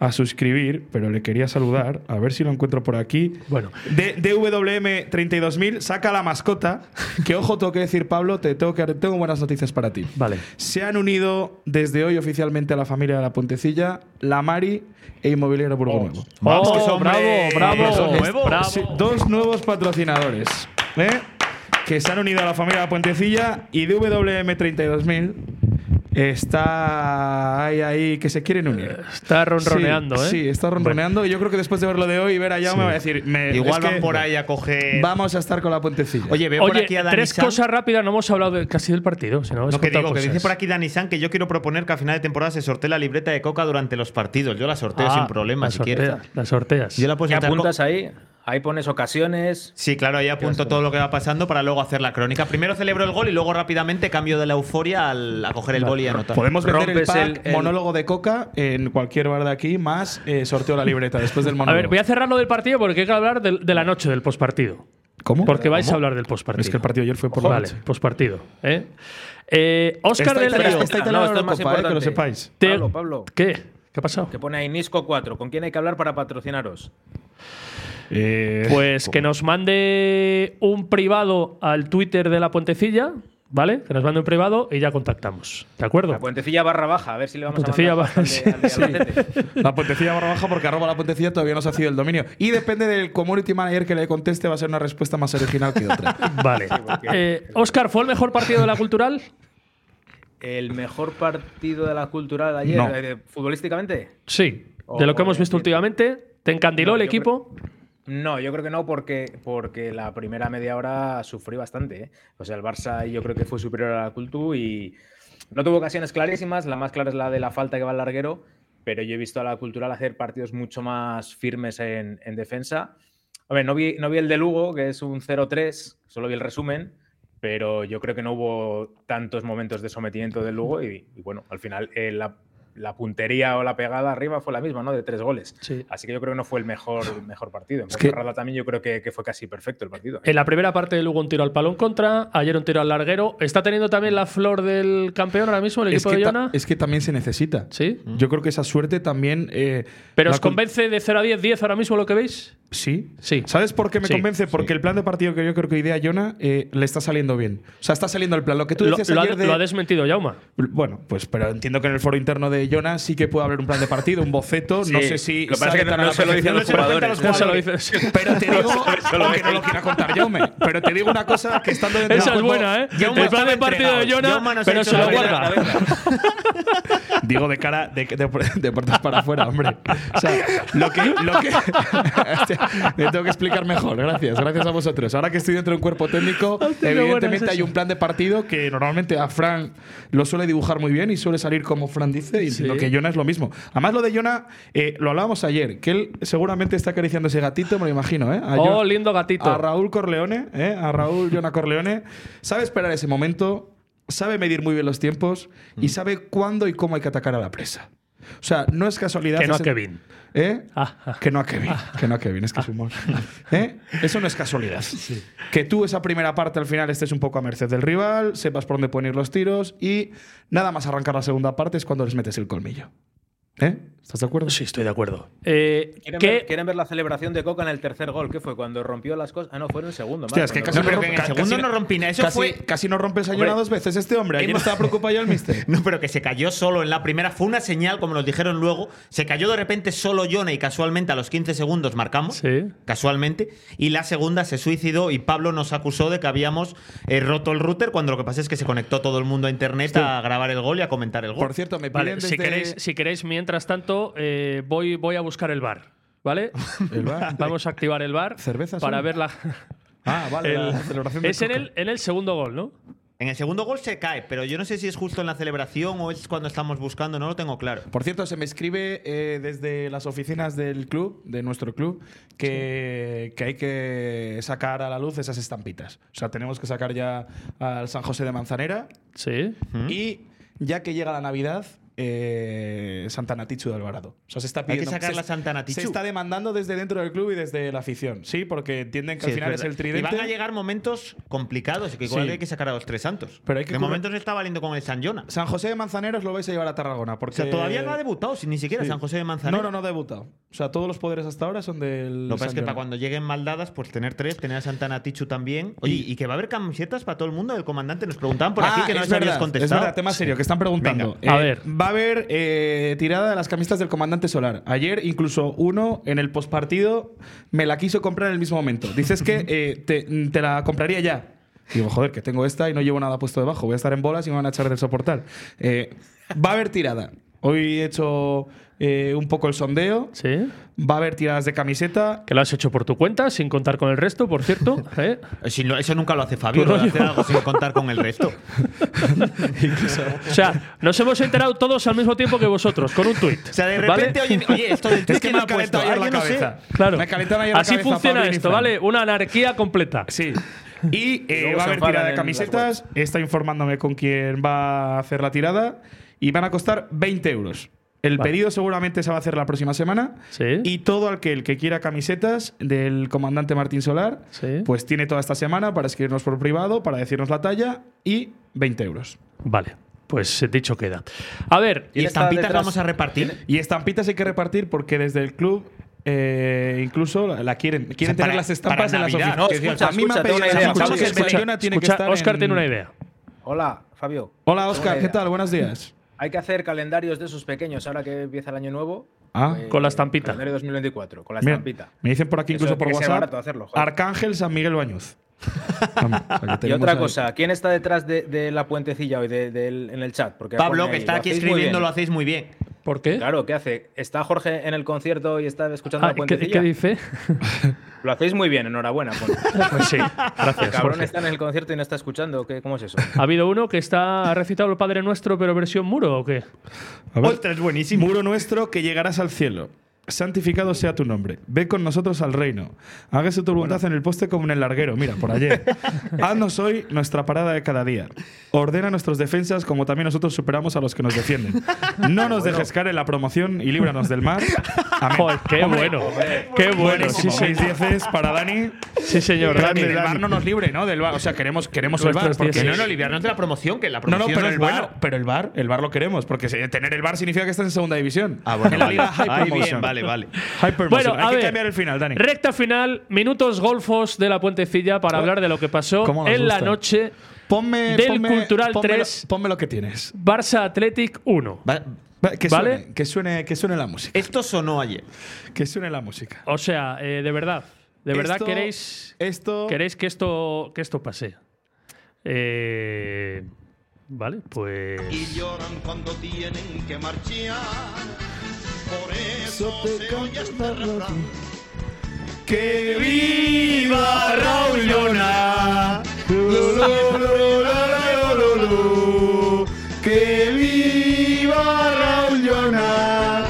a suscribir, pero le quería saludar, a ver si lo encuentro por aquí. Bueno. D- DWM32000, saca la mascota, que ojo, tengo que decir, Pablo, te tengo, que, tengo buenas noticias para ti. Vale. Se han unido desde hoy oficialmente a la familia de la Pontecilla, la Mari e Inmobiliario Burgo Oh, Nuevo. Vamos, Es que son- bravo, hombre, bravo, que son- nuevo. bravo. sí, dos nuevos patrocinadores ¿eh? que se han unido a la familia de la Pontecilla y DWM32000 está ahí, ahí, que se quieren unir. Eh, Está ronroneando, Sí, ¿eh? Sí, está ronroneando. Y yo creo que después de ver lo de hoy y ver allá Sí. me va a decir. me- Igual es van que por ahí a coger. Vamos a estar con la Pontecilla. Oye, veo por Oye, aquí a Dani tres Sanz. cosas rápidas, no hemos hablado de- casi del partido. Si no, Lo que digo, que que dice por aquí Dani San que yo quiero proponer que a final de temporada se sortee la libreta de Coca durante los partidos. Yo la sorteo sin problema, Ah, la si sortea, quieres. La sorteas. Yo la puedo ¿Qué sortear apuntas ahí? Ahí pones ocasiones. Sí, claro, ahí apunto todo lo que va pasando para luego hacer la crónica. Primero celebro el gol y luego rápidamente cambio de la euforia al, a coger el gol y anotar. Podemos vender el pack monólogo de coca en cualquier bar de aquí, más eh, sorteo la libreta después del A monólogo. ver, voy a cerrar lo del partido porque hay que hablar del- de, la noche del postpartido. ¿Cómo? Porque vais ¿Cómo? a hablar del postpartido. Es que el partido ayer fue por la Vale, noche. postpartido. ¿eh? Eh, Oscar Está del italiano- Río. está italiano No, esto la es más copa, eh, que lo importante. sepáis. Te- Pablo, Pablo. ¿Qué? ¿Qué ha pasado? Que pone ahí Nisco 4. ¿Con quién hay que hablar para patrocinaros? Eh, Pues que nos mande un privado al Twitter de la Puentecilla, ¿vale? Que nos mande un privado y ya contactamos. ¿De acuerdo? La puentecilla barra baja. A ver si le vamos Puentecilla a mandar barra- al *laughs* de- al de Albacete. La puentecilla barra baja porque arroba la puentecilla todavía no se ha sido el dominio. Y depende del community manager que le conteste, va a ser una respuesta más original que otra. *laughs* *laughs* Vale. Eh, Oscar, ¿fue el mejor partido de la cultural? ¿El mejor partido de la cultural ayer? No. eh, ¿Futbolísticamente? Sí. *laughs* De lo que hemos visto últimamente. ¿Te encandiló Oh, No, el yo creo- equipo? No, yo creo que no, porque, porque la primera media hora sufrí bastante. ¿eh? O sea, el Barça yo creo que fue superior a la Cultu y no tuvo ocasiones clarísimas. La más clara es la de la falta que va al larguero, pero yo he visto a la Cultural hacer partidos mucho más firmes en, en defensa. Hombre, no vi, no vi el de Lugo, que es un 0-3, solo vi el resumen, pero yo creo que no hubo tantos momentos de sometimiento del Lugo y, y bueno, al final eh, la, la puntería o la pegada arriba fue la misma, ¿no? De tres goles. Así que yo creo que no fue el mejor, el mejor partido. En que- Ferrada también yo creo que, que fue casi perfecto el partido. En la primera parte luego un tiro al palón contra, ayer un tiro al larguero. ¿Está teniendo también la flor del campeón ahora mismo el Es equipo que, de ta- Jona? es que también se necesita. Sí. Yo creo que esa suerte también. eh, ¿Pero la os cul- convence de 0 a 10, 10 ahora mismo lo que veis? Sí. Sí. ¿Sabes por qué me Sí. convence? Porque el plan de partido que yo creo que idea Jona eh, le está saliendo bien. O sea, está saliendo el plan. Lo que tú Lo, decías lo ha, ayer de- lo ha desmentido Jauma. Bueno, pues pero entiendo que en el foro interno de Jonas sí que puede haber un plan de partido, un boceto. Sí. No sé si. Lo que pasa sabe es que tan no- a no la se lo dice a perfección, los cuenta jugadores. a los No se lo jugadores. dice. Pero te *laughs* digo. aunque no lo quiera contar Jaume. Pero te digo una cosa que estando dentro Esa del es cuerpo- buena, ¿eh? Jaume el plan estaba de partido de entrenado. Jaume Jona, nos ha pero hecho se lo la guarda. venga, Digo de cara de, de, de puertas para afuera, hombre. O sea, lo que. Lo que Hostia, me tengo que explicar mejor. Gracias, gracias a vosotros. Ahora que estoy dentro de un cuerpo técnico, Hostia, qué bueno es evidentemente eso. hay un plan de partido que normalmente a Fran lo suele dibujar muy bien y suele salir como Fran dice, y Sí. lo que Jonah es lo mismo. Además, lo de Jonah, eh, lo hablábamos ayer, que él seguramente está acariciando ese gatito, me lo imagino, ¿eh? A Oh, Jon- lindo gatito. a Raúl Corleone, ¿eh? a Raúl Jonah Corleone, sabe esperar ese momento, sabe medir muy bien los tiempos y sabe cuándo y cómo hay que atacar a la presa. O sea, no es casualidad. Que no a ese- Kevin. ¿Eh? Que no a Kevin. Que no a Kevin, es que es humor. ¿Eh? Eso no es casualidad. Que tú esa primera parte al final estés un poco a merced del rival, sepas por dónde pueden ir los tiros y nada más arrancar la segunda parte es cuando les metes el colmillo. ¿Eh? ¿Estás de acuerdo? Sí, estoy de acuerdo. Eh, ¿Quieren, ver, quieren ver la celebración de Coca en el tercer gol? ¿Qué fue? Cuando rompió las cosas. Ah, no, fue en el segundo. Hostia, madre, es que no, casi no, no pero rompe- ca- ca- casi- casi- casi- Casi no rompe el Hombre. dos veces este hombre. Ayer Hemos- estaba preocupado ya el mister. No, pero que se cayó solo en la primera. Fue una señal, como nos dijeron luego. Se cayó de repente solo Yone y casualmente a los 15 segundos marcamos. Casualmente. Y la segunda se suicidó y Pablo nos acusó de que habíamos eh, roto el router cuando lo que pasa es que se conectó todo el mundo a internet a grabar el gol y a comentar el gol. *laughs* Por cierto, me Vale, si, queréis, si queréis, mientras tanto, eh, voy, voy a buscar el bar. *laughs* ¿Vale? ¿El bar? Vamos a activar el bar. ¿Cerveza Para solo? *laughs* ver la. Ah, vale, la celebración de Es en Coca. el, en el segundo gol, ¿no? En el segundo gol se cae, pero yo no sé si es justo en la celebración o es cuando estamos buscando, no lo tengo claro. Por cierto, se me escribe eh, desde las oficinas del club, de nuestro club, que, que hay que sacar a la luz esas estampitas. O sea, tenemos que sacar ya al San José de Manzanera. Sí. Y ya que llega la Navidad, eh, Santa Natichu de Alvarado. O sea, se está Hay que pidiendo. sacar se- la Santa Natichu. Se está demandando desde dentro del club y desde la afición. Sí, porque entienden que Sí, al final es, verdad. el tridente. Y van a llegar momentos complicados, que igual Sí. hay que sacar a los tres santos. Pero hay que de cubrir- momento no está valiendo con el San Jona. San José de Manzanera os lo vais a llevar a Tarragona. O Porque sea, todavía no ha debutado, si ni siquiera Eh, Sí. San José de Manzanera. No, no, no ha debutado. O sea, todos los poderes hasta ahora son del. Lo que pasa es San que para Jona. cuando lleguen maldadas, pues tener tres, tener a Santana Tichu también. Oye, y, que va a haber camisetas para todo el mundo del comandante. Nos preguntaban por Ah, aquí que no es les habías verdad, contestado. Es verdad, tema serio, que están preguntando. Venga, a Eh, ver. Va a haber eh, tirada de las camisetas del comandante Solar. Ayer, incluso uno en el postpartido me la quiso comprar en el mismo momento. Dices *laughs* que eh, te, te la compraría ya. Digo, joder, que tengo esta y no llevo nada puesto debajo. Voy a estar en bolas y me van a echar del soportal. Eh, va a haber tirada. Hoy he hecho eh, un poco el sondeo. Sí. Va a haber tiradas de camiseta. Que lo has hecho por tu cuenta, sin contar con el resto, *laughs* por cierto. ¿eh? Si no- eso nunca lo hace Fabio, lo de hacer algo sin contar con el resto. O sea, nos hemos enterado todos al mismo tiempo que vosotros, con un tuit. O sea, *laughs* de repente, oye, oye, esto del tuit es que que me me ha ha puesto. calentado ayer la Alguien no sé. cabeza. Claro. Me ha calentado ayer la Así cabeza funciona Pablo esto, Irizar. ¿vale? Una anarquía completa. Sí. *laughs* Y eh, luego va a se haber enfadan tirada de en camisetas. Está informándome con quién va a hacer la tirada. Y van a costar 20 euros. El Vale. pedido seguramente se va a hacer la próxima semana. Y todo aquel que quiera camisetas del comandante Martín Solar, pues tiene toda esta semana para escribirnos por privado, para decirnos la talla y 20 euros. Vale, pues dicho queda. A ver, ¿Y estampitas vamos a repartir? Y estampitas hay que repartir porque desde el club eh, incluso la, la quieren quieren O sea, tener para- las estampas para en las Navidad. oficinas. No, Que decían, escucha, escucha, tengo una la idea. Samsung Escucha, que el escucha, Bayona tiene que escucha, estar Óscar en- tiene una idea. Hola, Fabio. Hola, Tengo Óscar, una ¿qué idea. tal? Buenos *laughs* días. Hay que hacer calendarios de esos pequeños ahora que empieza el año nuevo. Ah. Eh, Con la estampita. Calendario 2024, con la Mira, estampita. me dicen por aquí Eso incluso por tiene que ser WhatsApp barato hacerlo, joder. Arcángel San Miguel *laughs* Bañuz. Vamos, o sea, que Y tenemos otra ahí. cosa, ¿quién está detrás de, de la puentecilla hoy de- del- en el chat? Porque Pablo, pone que ahí, está "Lo aquí hacéis muy escribiendo, bien". lo hacéis muy bien. ¿Por qué? Claro, ¿qué hace? ¿Está Jorge en el concierto y está escuchando Ah, la ¿y ¿qué, puentecilla? qué *laughs* dice? Lo hacéis muy bien, enhorabuena. *laughs* Pablo. Pues sí, El gracias. cabrón Jorge. está en el concierto y no está escuchando. ¿qué- ¿Cómo es eso? ¿Ha habido uno que está, ha recitado el Padre Nuestro, pero versión muro o qué? es buenísimo. Muro nuestro que llegarás al cielo. Santificado sea tu nombre. Ve con nosotros al reino. Hágase tu voluntad en el poste como en el larguero. Mira, por *laughs* ayer. Haznos hoy nuestra parada de cada día. Ordena nuestros defensas como también nosotros superamos a los que nos defienden. No nos dejes caer en la promoción y líbranos del mar. Amén. qué Hombre, bueno. Qué bueno. Sí, buenísimo. Seis señor. dieces para Dani. Sí, señor. Pero Dani, que del Dani. bar no nos libre, ¿no? Del bar. O sea, queremos, queremos el bar. Nuestros Porque dieces. no, no, librarnos de la promoción, que la promoción pero no el es bar, bueno. Pero el bar, el bar lo queremos, porque se- tener el bar significa que estás en segunda división. Ah, *laughs* bueno, en la vale. liga High Ahí bien, Promotion. vale, vale. High Promotion. Bueno, a Hay ver. que cambiar el final, Dani. Recta final, minutos golfos de la puentecilla para hablar de lo que pasó Oh. ¿Cómo nos en la gusta? noche Ponme, del ponme- Cultural ponme lo- 3, Ponme lo que tienes. Barça Athletic 1. Que suene, ¿Vale? que suene, que suene la música. Esto sonó ayer. Que suene la música. O sea, eh, de verdad, de verdad Esto- queréis, esto- queréis que esto, que esto pase. Eh, vale, pues. lloran cuando tienen que marchar. Por eso se oye este refrán. ¡Que viva Raúl Llona! Lo, lo, lo, la, la, lo, lo, lo. ¡Que viva Raúl Llona!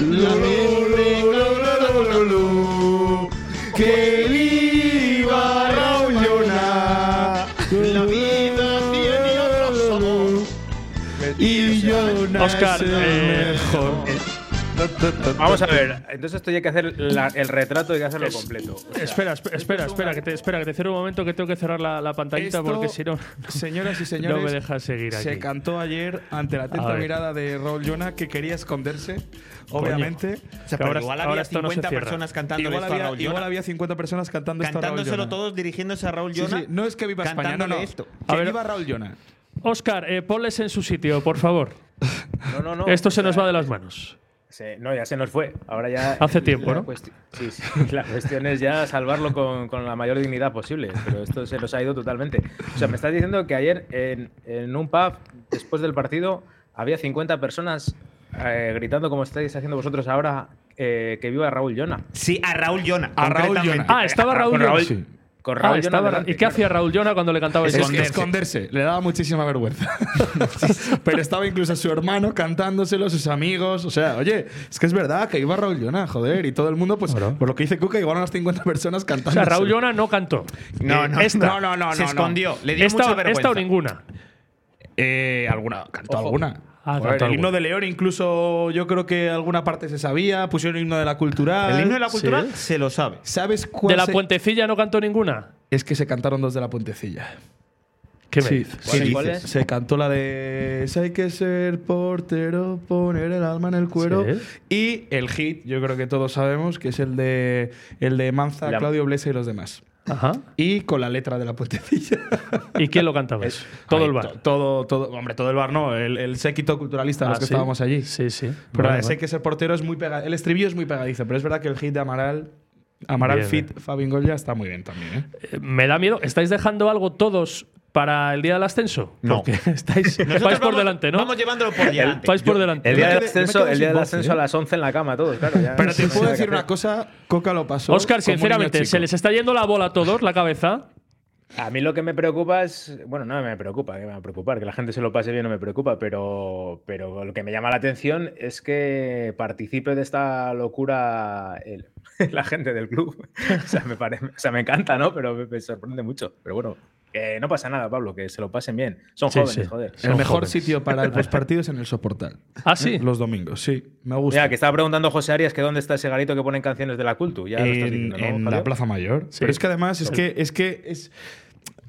Lo, lo, lo, lo, lo, lo, lo, lo. ¡Que viva Raúl Llona! La vida tiene otro sabor. Y yo Oscar, eh, Vamos a ver, entonces esto hay que hacer la- el retrato, hay que hacerlo Es- completo. O sea, Espera, espera, espera, espera, que te, espera, que te cierro un momento que tengo que cerrar la, la pantallita Esto, porque si no. *laughs* Señoras y señores, No me dejas seguir aquí. se cantó ayer ante la A atenta ver. mirada de Raúl Jonah que quería esconderse, obviamente. O sea, pero igual había 50 personas cantándole Igual esto a había- Raúl Jonah. Igual había 50 personas cantando esto a Raúl Cantándoselo Jonah. todos, dirigiéndose a Raúl Sí, Jonah. sí, No es que viva España, no, cantándole no. esto. Que viva Raúl Jonah. Oscar, eh, ponles en su sitio, por favor. No, no, no. Esto se O sea, nos va de las manos. se- no, ya se nos fue. Ahora ya. Hace tiempo, la ¿no? cuesti- sí, *laughs* sí. La cuestión es ya salvarlo con, con la mayor dignidad posible. Pero esto se nos ha ido totalmente. O sea, me estás diciendo que ayer en, en un pub, después del partido, había 50 personas eh, gritando, como estáis haciendo vosotros ahora, eh, que viva Raúl Llona. Sí, a Raúl Llona. A Raúl concretamente. Llona. Ah, estaba Raúl Con Llona. Raúl, Sí. con Ah, Raúl Llona estaba- delante, ¿Y qué hacía Raúl Llona cuando le cantaba el esconderse. esconderse. Le daba muchísima *laughs* vergüenza. *laughs* Pero estaba incluso su hermano cantándoselo, sus amigos. O sea, oye, es que es verdad que iba Raúl Llona, joder. Y todo el mundo, pues, por lo que dice Cuca, igual unas 50 personas O cantando. sea, Raúl Llona no cantó. No, Eh, no, esta. no, no, no, Se no, no. escondió. Le dio esta, mucha vergüenza. Esta o ninguna. Eh, alguna, cantó alguna. Ah, Joder, cantó el himno alguna. de León, incluso yo creo que alguna parte se sabía. Pusieron el himno de la cultural. El himno de la cultural se lo sabe. ¿Sabes cuál ¿De la se- puentecilla no cantó ninguna? Es que se cantaron dos de la puentecilla. ¿Qué me Sí, dices? sí, Se cantó la de "Si Hay que ser portero, poner el alma en el cuero. Y el hit, yo creo que todos sabemos, que es el de el de Manza, La- Claudio Blesa y los demás. Ajá. Y con la letra de la puentecilla. *laughs* ¿Y quién lo cantaba? Todo el bar. Todo, todo, hombre, todo el bar no. El, el séquito culturalista de los Ah, que ¿sí? estábamos allí. Sí, sí. Pero la Vale, de "Si vale. hay que ser portero es muy pegadizo. El estribillo es muy pegadizo, pero es verdad que el hit de Amaral, Amaral Bien, Fit, Fabín Goya está muy bien también. ¿eh? Eh, Me da miedo. ¿Estáis dejando algo todos para el día del ascenso? No. Porque *laughs* estáis vais Nosotros por vamos- delante, ¿no? Vamos llevándolo por delante. Vais por delante. El día del Yo me quedé- yo ascenso, me quedé el día sin del voz, ascenso ¿eh? a las 11 en la cama, todos, claro. ya. Pero te No sé puedo qué decir hacer. una cosa, Coca lo pasó. como Oscar, un niño sinceramente, chico. ¿se les está yendo la bola a todos, la cabeza? A mí lo que me preocupa es, bueno, no me preocupa, que me va a preocupar, que la gente se lo pase bien no me preocupa, pero, pero lo que me llama la atención es que participe de esta locura el- *laughs* la gente del club. *laughs* o, sea, me pare- o sea, me encanta, ¿no? Pero me, me sorprende mucho. Pero bueno, que no pasa nada, Pablo, que se lo pasen bien. Son Sí, jóvenes, sí. joder. El mejor sitio para *laughs* el postpartido es en el soportal. ¿Ah, sí? ¿Eh? Los domingos, sí. Me gusta. Mira, que estaba preguntando José Arias que dónde está ese garito que ponen canciones de la cultu. Ya lo estás en diciendo, ¿no, en la Javier? Plaza Mayor. Sí. Pero es que además es Sí. que es que es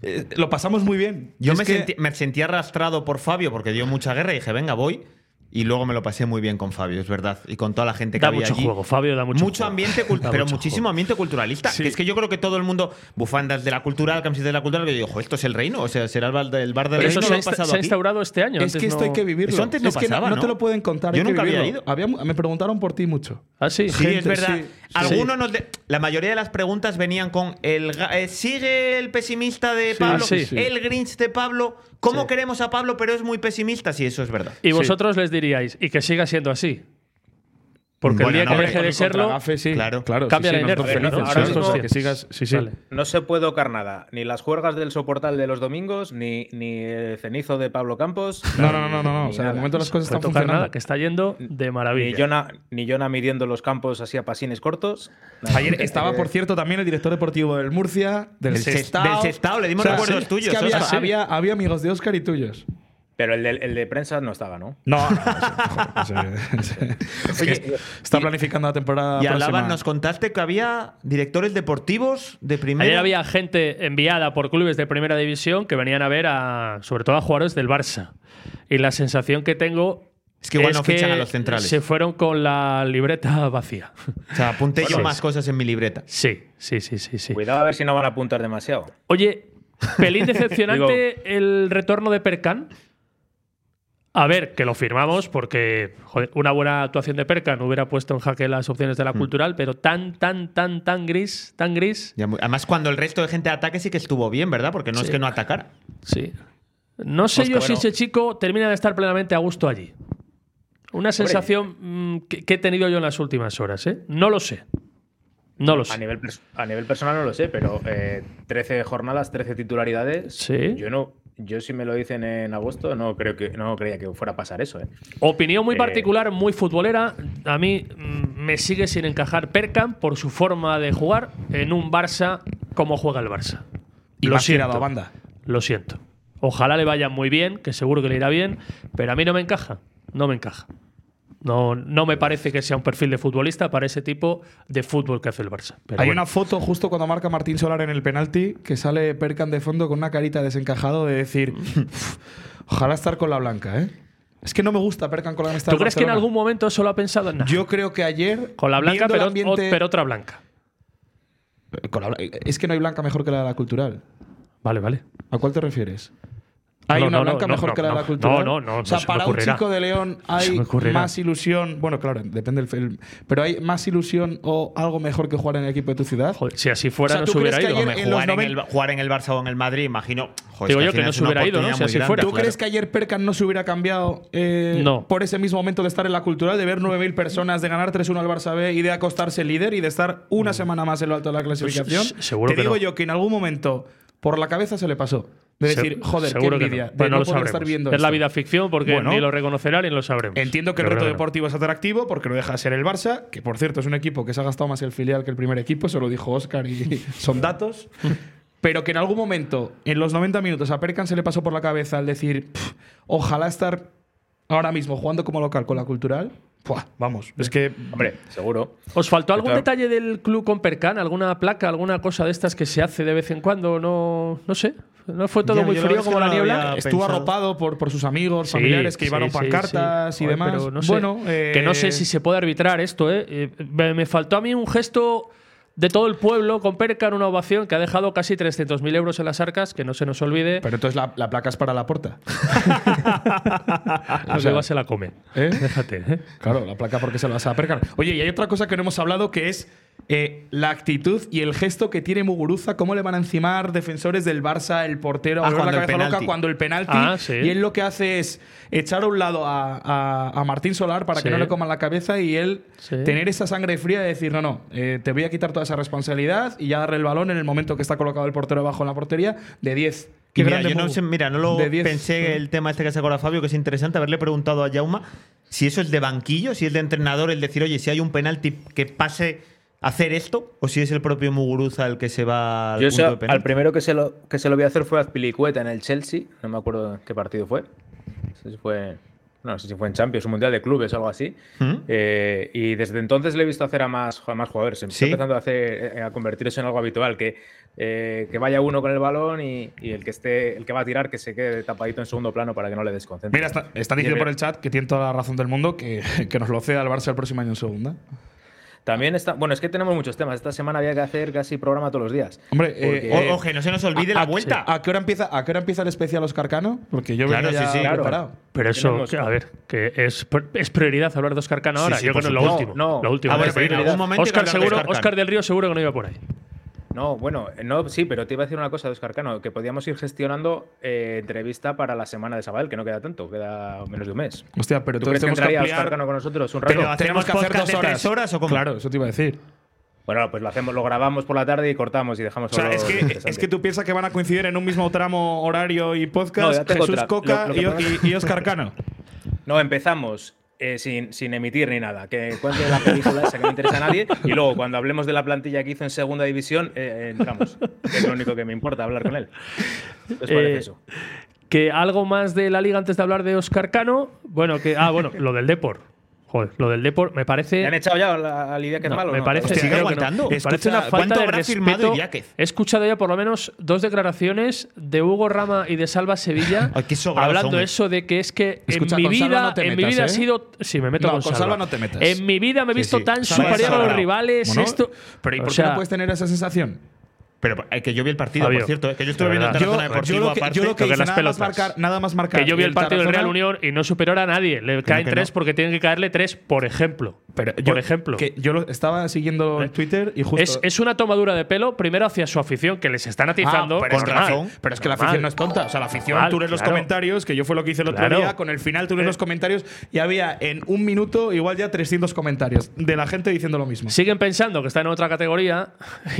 eh, lo pasamos muy bien. Yo Es me que- sentí, me sentí arrastrado por Fabio porque dio mucha guerra y dije, venga, voy. Y luego me lo pasé muy bien con Fabio, es verdad. Y con toda la gente que Da había mucho allí. juego, Fabio, da mucho juego. *laughs* ambiente cul- Da pero mucho muchísimo juego. ambiente culturalista. Que es que yo creo que todo el mundo, bufandas de la cultural, camisetas de la cultural, que yo digo, "Jo, esto es el reino, o sea, será el bar, de- el bar del Pero reino. eso se lo ha han insta- pasado se ha aquí". instaurado este año. es que esto hay que vivirlo. Eso antes no es que pasaba, no, ¿no? te lo pueden contar. Yo hay que nunca había vivirlo. ido. Había- me preguntaron por ti mucho. Ah, sí. Sí, es verdad. Algunos nos de- la mayoría de las preguntas venían con el ga- eh, sigue el pesimista de Sí, Pablo, ah, sí, sí. el Grinch de Pablo, cómo queremos a Pablo, pero es muy pesimista, sí, eso es verdad. Y vosotros les diríais, y que siga siendo así. Porque Bueno, el día no, que hombre, deje de con el serlo, contragafe, sí. Claro. Claro, sí, cambia sí, la inercia. nosotros felices, ¿no? Sois sí, sí. conscientes. Que sigas- sí, sí. Vale. No se puede tocar nada, ni las juergas del soportal de los domingos, ni, ni el cenizo de Pablo Campos. No, no, no, no, no, no. O sea, de momento las cosas No están tocar funcionando. pues, nada, que está yendo de maravilla. Ni Jonah, ni Jonah midiendo los campos así a pasines cortos. Ayer estaba, por cierto, también el director deportivo del Murcia, del Del Ses- Sestao. del Sestao, le dimos recuerdos sí, tuyos, es que ¿eh? había, Oscar. había- había amigos de Oscar y tuyos. Pero el de, el de prensa no estaba, ¿no? *laughs* No, Está planificando la temporada Y próxima. Alaba, nos contaste que había directores deportivos de primera. Ayer había gente enviada por clubes de primera división que venían a ver a, sobre todo a jugadores del Barça. Y la sensación que tengo Es que igual no fichan a los centrales. Se fueron con la libreta *laughs* vacía. O sea, apunté yo Sí. más cosas en mi libreta. Sí, sí, sí, sí. sí. Cuidado a ver si no van a apuntar demasiado. Oye, *laughs* pelín decepcionante el retorno de Perkan. A ver, que lo firmamos porque joder, una buena actuación de Perkan hubiera puesto en jaque las opciones de la Hmm. cultural, pero tan, tan, tan, tan gris, tan gris. Ya muy- Además, cuando el resto de gente ataque sí que estuvo bien, ¿verdad? Porque no es Sí. que no atacara. Sí. No sé Oscar, yo si bueno. ese chico termina de estar plenamente a gusto allí. Una sensación mm, que, que he tenido yo en las últimas horas, ¿eh? No lo sé. No lo sé. A nivel, pers- a nivel personal no lo sé, pero eh, 13 jornadas, 13 titularidades. Sí. Yo no. Yo si me lo dicen en agosto, no creo que no creía que fuera a pasar eso. ¿eh? Opinión muy Eh, particular, muy futbolera. A mí mm, me sigue sin encajar Perkan por su forma de jugar en un Barça como juega el Barça. Y lo más siento. tirado a banda. Lo siento. Ojalá le vaya muy bien, que seguro que le irá bien, pero a mí no me encaja. No me encaja. No, no me parece que sea un perfil de futbolista para ese tipo de fútbol que hace el Barça. Pero Hay bueno. una foto justo cuando marca Martín Solar en el penalti que sale Perkan de fondo con una carita desencajado de decir, "Uf, ojalá estar con la blanca, ¿eh? Es que no me gusta Perkan con la blanca. ¿Tú crees que en algún momento solo ha pensado en nada? Yo creo que ayer. Con la blanca, viendo el pero, ambiente- o- pero otra blanca. Con la bla- Es que no hay blanca mejor que la de la cultural. Vale, vale. ¿A cuál te refieres? ¿Hay No, una no, no, blanca no, mejor no, que la de no. la cultural? No, no, no, O sea, no se me para un ocurrirá. chico de León No se hay me ocurrirá. más ilusión. Bueno, claro, depende del film. Pero hay más ilusión o algo mejor que jugar en el equipo de tu ciudad. si así O fuera, sea, no ¿tú se hubiera crees ido. que ayer en los jugar, en 90 el, jugar en el Barça o en el Madrid, imagino. joder, Digo es al yo que final no es se una hubiera ido, ¿no? oportunidad Si muy así fuera. ¿Tú grande, crees claro. que ayer Perkan no se hubiera cambiado eh, No. por ese mismo momento de estar en la cultural, de ver 9.000 personas, de ganar 3-1 al Barça B y de acostarse líder y de estar una semana más en lo alto de la clasificación? Mm. Pues se- seguro Te que digo no. yo que en algún momento por la cabeza se le pasó. De Se- decir, joder, qué seguro que envidia. no. de Bueno, no lo poder sabremos. estar viendo Es la esto". vida ficción porque Bueno. ni lo reconocerá ni lo sabremos. Entiendo que el Yo reto creo no. deportivo es atractivo porque lo deja de ser el Barça, que por cierto es un equipo que se ha gastado más el filial que el primer equipo, eso lo dijo Oscar y *laughs* son datos. Pero que en algún momento, en los 90 minutos, a Perkan se le pasó por la cabeza al decir, "Pff, ojalá estar ahora mismo jugando como local con la cultural. Buah, vamos, es que. Hombre, seguro. ¿Os faltó algún Claro. detalle del club con Percan? ¿Alguna placa, alguna cosa de estas que se hace de vez en cuando? No, no sé. ¿No fue todo Ya, muy yo la verdad frío es como que la no lo niebla? había Estuvo pensado. arropado por, sus amigos, familiares que llevaron pancartas y Joder, demás. pero no sé. Bueno, eh, que no sé si se puede arbitrar esto. ¿eh? Eh, me, me faltó a mí un gesto de todo el pueblo con Percan, una ovación que ha dejado casi 300.000 euros en las arcas, que no se nos olvide. Pero entonces la, la placa es para la puerta. La sea- beba se la come. Déjate. ¿eh? Claro, la placa porque se la vas a percar. Oye, y hay otra cosa que no hemos hablado que es eh, la actitud y el gesto que tiene Muguruza, cómo le van a encimar defensores del Barça, el portero, Ah, a la cuando el cabeza loca penalti. cuando el penalti. Ah, sí. Y él lo que hace es echar a un lado a, a- a Martín Solar para que Sí. no le coman la cabeza y él Sí. tener esa sangre fría de decir, no, no, eh, te voy a quitar toda esa responsabilidad y ya darle el balón en el momento que está colocado el portero abajo en la portería de 10. Y Qué mira, grande yo no Mugu. sé- mira, no lo De 10. pensé el tema este que sacó ahora Fabio, que es interesante haberle preguntado a Jauma si eso es de banquillo, si es de entrenador, el decir, oye, si hay un penalti que pase a hacer esto, o si es el propio Muguruza el que se va al Yo sé, punto de al penalti. primero que se lo que se lo voy a hacer fue a Azpilicueta en el Chelsea. No me acuerdo qué partido fue. No sé si fue, no sé si fue en Champions, un mundial de clubes o algo así. ¿Mm? Eh, y desde entonces le he visto hacer a más, a más jugadores. Se está empezando a, hacer, eh, a convertir eso en algo habitual, que, eh, que vaya uno con el balón y, y el que esté, el que va a tirar, que se quede tapadito en segundo plano para que no le desconcentre. Mira, está- están Y diciendo el- por el chat que tiene toda la razón del mundo que, *laughs* que nos lo ceda el Barça el próximo año en segunda. También está. Bueno, es que tenemos muchos temas. Esta semana había que hacer casi programa todos los días. Hombre, Porque- eh, ¿A- a- ¿A, qué hora empieza, ¿A qué hora empieza el especial Oscar Cano? Porque yo Claro, venía sí, ya sí. Claro. preparado. Pero eso, que, a ver, que es, pr- es prioridad hablar de Oscar Cano Sí, ahora. sí, Yo por creo que es lo supuesto. último. No, no. Lo último. Ah, bueno, pero en algún momento hay que Oscar, hablar de seguro, Oscar Cano. Oscar del Río seguro que no iba por ahí. No, bueno, eh, no, sí, pero te iba a decir una cosa de Oscar Cano, que podíamos ir gestionando eh, entrevista para la semana de Sabadell, que no queda tanto, queda menos de un mes. Hostia, pero ¿Tú entonces tenemos crees que que entraría ampliar- Oscar Cano con nosotros un rato? Pero tenemos que hacer dos horas. Claro, eso te iba a decir. Bueno, pues lo hacemos, lo grabamos por la tarde y cortamos y dejamos O sea, solo es lo que, interesante. es que tú piensas que van a coincidir en un mismo tramo horario y No, podcast ya tengo Jesús otra. Coca Lo- lo que y- pasa- y, y Oscar Cano. No, empezamos eh, sin, sin emitir ni nada. Que cuente la película esa que no interesa a nadie. Y luego, cuando hablemos de la plantilla que hizo en segunda división, eh, entramos. Que es lo único que me importa hablar con él. ¿Qué os parece Eh, eso? Que algo más de la liga antes de hablar de Oscar Cano. Bueno, que. Ah, bueno, lo del Deport. Joder, lo del Deport me *laughs* parece. ¿Le han echado *laughs* ya la- al idea que es No, malo? me no? parece, Hostia, creo que no. aguantando. Me parece una falta de respeto. Idiáquez? He escuchado ya por lo menos dos declaraciones de Hugo Rama y de *laughs* Salva Sevilla sobrados hablando eh. son. eso de que es que Escucha, en mi con Salva vida no te en mi metas, vida ¿eh? ha sido sí me meto No, con, con Salva no te metas. En mi vida me he Sí, visto sí. tan Salva es superior a los sagrado. rivales Bueno, esto. Pero ¿y O por qué sea, no puedes tener esa sensación? Pero eh, que yo vi el partido, Fabio, por cierto, eh, que yo de estuve viendo el verdad. Tarazona Yo- Deportivo yo lo que- aparte. yo lo que hice, nada más marcar- nada más marcar que yo vi y el el partido del Real Tarazona- Unión y no superior a nadie. Le caen que no. tres porque tienen que caerle tres, por ejemplo. por ejemplo. Eh, Que yo lo estaba siguiendo en Twitter y justo. Es, es una tomadura de pelo, primero hacia su afición, que les están atizando. Ah, pero, es normal. razón. pero es que la Normal. afición no es tonta. O sea, la afición, Normal, tú lees los claro. comentarios, que yo fue lo que hice el otro Claro. Eh. día, con el final tú lees los comentarios y había en un minuto igual ya 300 comentarios de la gente diciendo lo mismo. Siguen pensando que están en otra categoría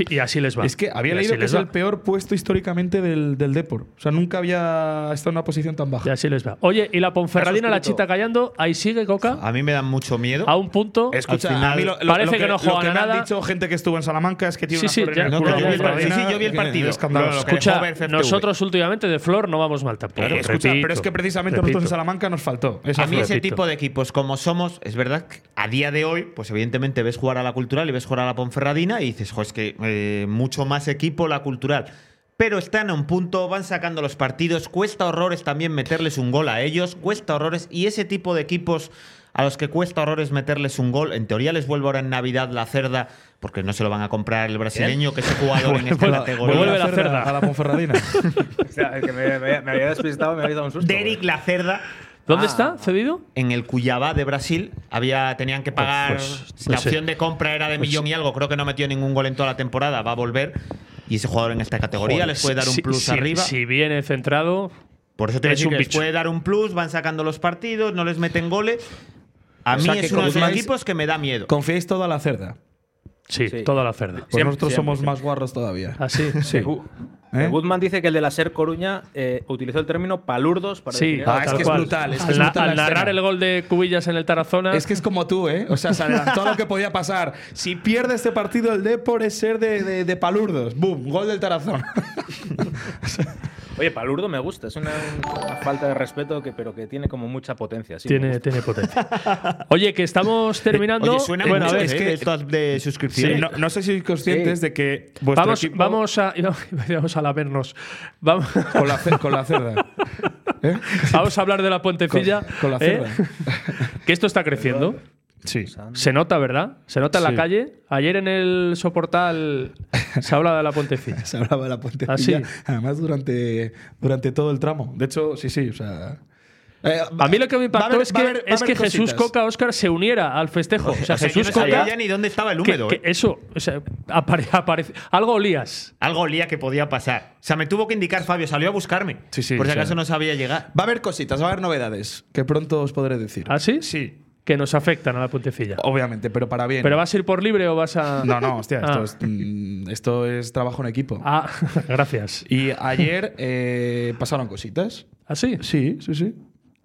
y así les va. Es que había Y así leído que les es va. el peor puesto históricamente del, del Depor. O sea, nunca había estado en una posición tan baja. Y así les va. Oye, y la Ponferradina, la chita callando, ahí sigue Coca. A mí me dan mucho miedo. A un punto. ¿no? Escucha, Al final- a mí lo, lo- parece lo que, no juegan lo que a Me nada. han dicho gente que estuvo en Salamanca es que tiene Sí, una sí, flor en ya- el no, culo que yo vi el Madrid, partido. Sí, sí, yo vi el que- partido. es escandaloso. Lo que Escucha, mueve FFTV. nosotros últimamente de flor no vamos mal tampoco. Eh, escucha, repito, pero es que precisamente nosotros en repito. Salamanca nos faltó. a mí ese tipo de equipos como somos, es verdad que a día de hoy, pues evidentemente ves jugar a la cultural y ves jugar a la Ponferradina y dices, jo, es que eh, mucho más equipo la cultural. Pero están a un punto, van sacando los partidos, cuesta horrores también meterles un gol a ellos, cuesta horrores. Y ese tipo de equipos a los que cuesta horrores meterles un gol, en teoría les vuelve ahora en Navidad la cerda, porque no se lo van a comprar el brasileño, que es jugador en esta categoría. A la *laughs* Ponferradina. O sea, que me, me- me había despistado, me habéis dado un susto. Derek la cerda. Ah. ¿Dónde está cedido? En el Cuyabá de Brasil. Había, tenían que pagar. Pues, pues, la sí. opción de compra era de Pues millón y algo. Creo que no metió ningún gol en toda la temporada. Va a volver. Y ese jugador en esta categoría Joder, les puede dar un si- plus si- arriba. Si viene centrado. Por eso te voy a es decir un que les bicho. puede dar un plus. Van sacando los partidos, no les meten goles. A O mí sea, que es uno de esos confiáis- equipos que me da miedo. ¿Confiáis toda la cerda? Sí, toda la cerda. Ah, Pues nosotros somos más guarros todavía. Así, sí. Eh, Goodman dice que el de la SER Coruña eh, utilizó el término palurdos para Sí, definir- Ah, tal cual. al, na- al narrar el gol de Cubillas en el Tarazona. Es que es como tú, ¿eh? O sea, se adelantó lo que podía pasar. Si pierde este partido, el Depor es ser de, de, de palurdos. ¡Bum! Gol del Tarazón. Oye, palurdo me gusta, es una, una falta de respeto, que, pero que tiene como mucha potencia. sí, me tiene, gusta. tiene potencia. Oye, *laughs* que estamos terminando. Oye, suena Bueno, mucho, a ver, ¿eh? de estas de suscripciones. *laughs* Sí, no- no sé si sois conscientes de que vuestro Vamos, equipo- vamos a. *laughs* iba- iba a decir, Vamos a lavernos. Vamos, Con la, ce- con la cerda. *laughs* ¿Eh? vamos a hablar de la puentecilla. Con- con la ¿eh? cerda. *laughs* que esto está creciendo. Sí. Se nota, ¿verdad? Se nota en Sí. la calle. Ayer en el soportal se habla de la *laughs* puentecilla. Se hablaba de la puentecilla. ¿Ah, sí? Además, durante, durante todo el tramo. De hecho, sí, sí. O sea. eh, A mí lo que me va a impactó haber- es va a que, haber- va a es haber que Jesús cositas. Coca Oscar se uniera al festejo. O sea, O sea, yo Jesús no sabía Coca. ya ni dónde estaba el que- húmedo. que ¿eh? eso, o sea, apare- aparece- algo olías. Algo olía que podía pasar. O sea, me tuvo que indicar Fabio, salió a buscarme. por si o sea. acaso no sabía llegar. Va a haber cositas, va a haber novedades que pronto os podré decir. ¿Ah, sí? Sí. Que nos afectan a la puentecilla. Obviamente, pero para bien. ¿Pero vas a ir por libre o vas a.? No, no, hostia, esto, Ah. es, mm, esto es trabajo en equipo. *laughs* Ah, *laughs* gracias. Y ayer eh, pasaron cositas. ¿Ah, sí? Sí, sí, sí.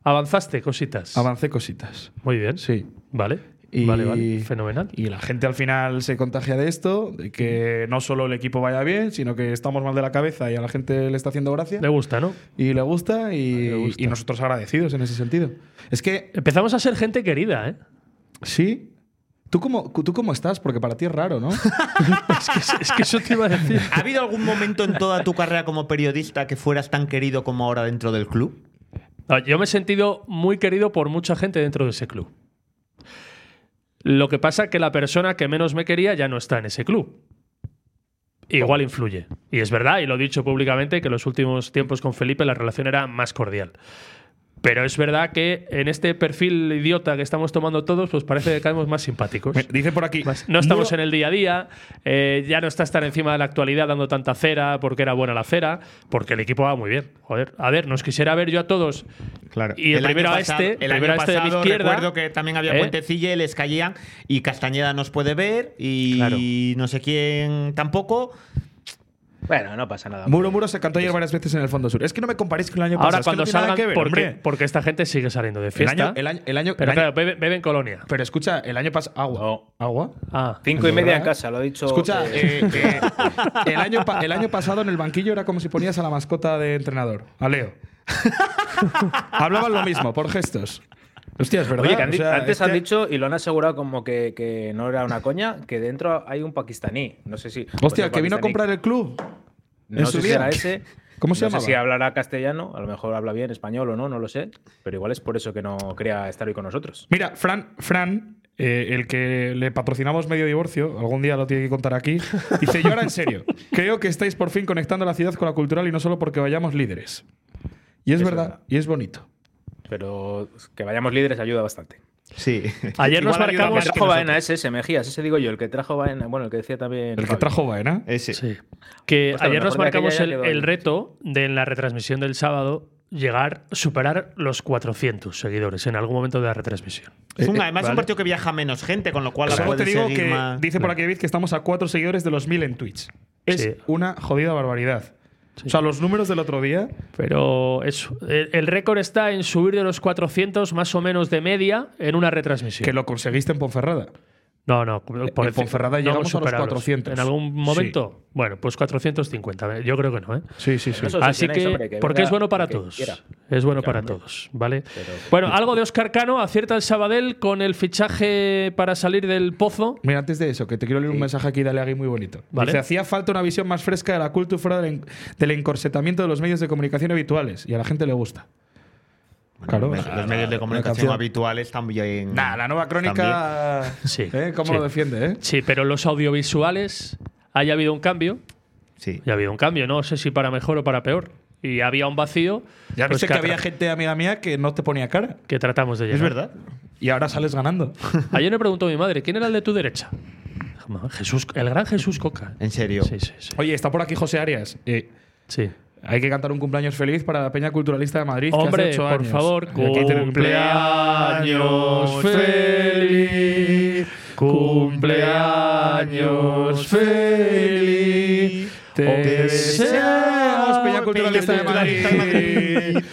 Avanzaste cositas. Avancé cositas. Muy bien. Sí. Vale. Y- Vale, vale. Fenomenal. Y la gente al final se contagia de esto, de que no solo el equipo vaya bien, sino que estamos mal de la cabeza y a la gente le está haciendo gracia. Le gusta, ¿no? Y le gusta y, y nosotros agradecidos en ese sentido. Es que… Empezamos a ser gente querida, ¿eh? Sí. ¿Tú cómo, ¿Tú cómo estás? Porque para ti es raro, *laughs* ¿no? Es que eso te iba *laughs* a decir. ¿Ha habido algún momento en toda tu carrera como periodista que fueras tan querido como ahora dentro del club? No, Yo me he sentido muy querido por mucha gente dentro de ese club. Lo que pasa que la persona que menos me quería ya no está en ese club. Igual influye. Y es verdad, y lo he dicho públicamente, que en los últimos tiempos con Felipe la relación era más cordial. Pero es verdad que en este perfil idiota que estamos tomando todos, pues parece que caemos más simpáticos. Dice por aquí. No estamos Nudo- en el día a día, eh, ya no está estar encima de la actualidad dando tanta cera porque era buena la cera, porque el equipo va muy bien. Joder, a ver, nos quisiera ver yo a todos. Claro. Y el, año primero a pasado- este, el el primero año a este de mi pasado izquierda. Recuerdo que también había ¿eh? Puentecilla y les caían y Castañeda nos puede ver y no sé quién tampoco. Bueno, no pasa Ah, nada. Muro Muro se cantó ayer varias veces en el Fondo Sur. Es que no me comparéis con el año Ahora pasado. cuando es que no tiene salgan, nada que ver, porque, hombre. porque esta gente sigue saliendo de El fiesta. año, el año, el año- pero el año- claro, beben beben colonia. pero escucha, el año pasado. Agua. ¿Agua? Ah. Cinco y media en ¿Verdad? casa, lo ha dicho. Escucha, eh, *laughs* eh, eh, el, año pa- el año pasado en el banquillo era como si ponías a la mascota de entrenador, a Leo. *laughs* Hablaban lo mismo, por gestos. Hostia, es verdad. Oye, que han o di- sea, antes es han que- dicho y lo han asegurado como que, que no era una coña, que dentro hay un pakistaní. No sé si. Hostia, otro el que vino a pakistaní. comprar el club. en No su sé si día. era ese. ¿Cómo se no llamaba? sé si hablará castellano, a lo mejor habla bien español o no, no lo sé. Pero igual es por eso que no quería estar hoy con nosotros. Mira, Fran, Fran eh, el que le patrocinamos medio divorcio, algún día lo tiene que contar aquí, dice, yo ahora en serio, creo que estáis por fin conectando la ciudad con la cultural y no solo porque vayamos líderes. Y es, verdad, y es bonito. Pero que vayamos líderes ayuda bastante. Sí. *laughs* Ayer nos Igual ayuda marcamos- más que trajo Baena Ah, ese, ese Mejías, ese digo yo, el que trajo Baena, bueno, el que decía también. El Eh, que Fabio. trajo Baena. Ese. Que Pues Ostras, ayer a lo nos mejor de aquella marcamos ya el, quedó el ahí. reto de en la retransmisión del sábado llegar, superar los 400 seguidores en algún momento de la retransmisión. Es un- además, es un ¿Vale? partido que viaja menos gente, con lo cual Pues la Solo puede te digo seguir que más. dice por aquí David que estamos a cuatro seguidores de los mil en Twitch. Es Sí. una jodida barbaridad. O sea, los números del otro día. Pero es, el, el récord está en subir de los 400 más o menos de media en una retransmisión. Que lo conseguiste en Ponferrada. No, no. en Ponferrada no llegamos a los superarlos. 400. ¿En algún momento? Bueno, pues 450. Yo creo que no, ¿eh? Sí, sí, sí. Así que, porque es bueno para todos. Es bueno para todos, ¿vale? Bueno, algo de Oscar Cano. Acierta el Sabadell con el fichaje para salir del pozo. Mira, antes de eso, que te quiero leer un mensaje aquí de Aleagui muy bonito. Vale. Dice, hacía falta una visión más fresca de la cultura fuera del, en- del encorsetamiento de los medios de comunicación habituales. Y a la gente le gusta. Claro, los, la- medios de la comunicación canción. habituales también. Nah, la nueva crónica. Sí. ¿eh? ¿Cómo sí. lo defiende, eh? Sí, pero los audiovisuales, haya habido un cambio. Sí. Ya ha habido un cambio, no sé si para mejor o para peor. Y había un vacío. Ya pues, viste que atra- había gente amiga mía que no te ponía cara. Que tratamos de llenar. Es verdad. Y ahora sales ganando. Ayer me preguntó mi madre, ¿quién era el de tu derecha? Jesús, el gran Jesús Coca. ¿En serio? Sí, sí, sí. Oye, está por aquí José Arias. Eh, sí. Hay que cantar un cumpleaños feliz para la Peña Culturalista de Madrid. que hace Hombre, ocho por años. favor, Y aquí tiene- cumpleaños feliz, cumpleaños feliz. Te deseamos, Peña Culturalista de Madrid.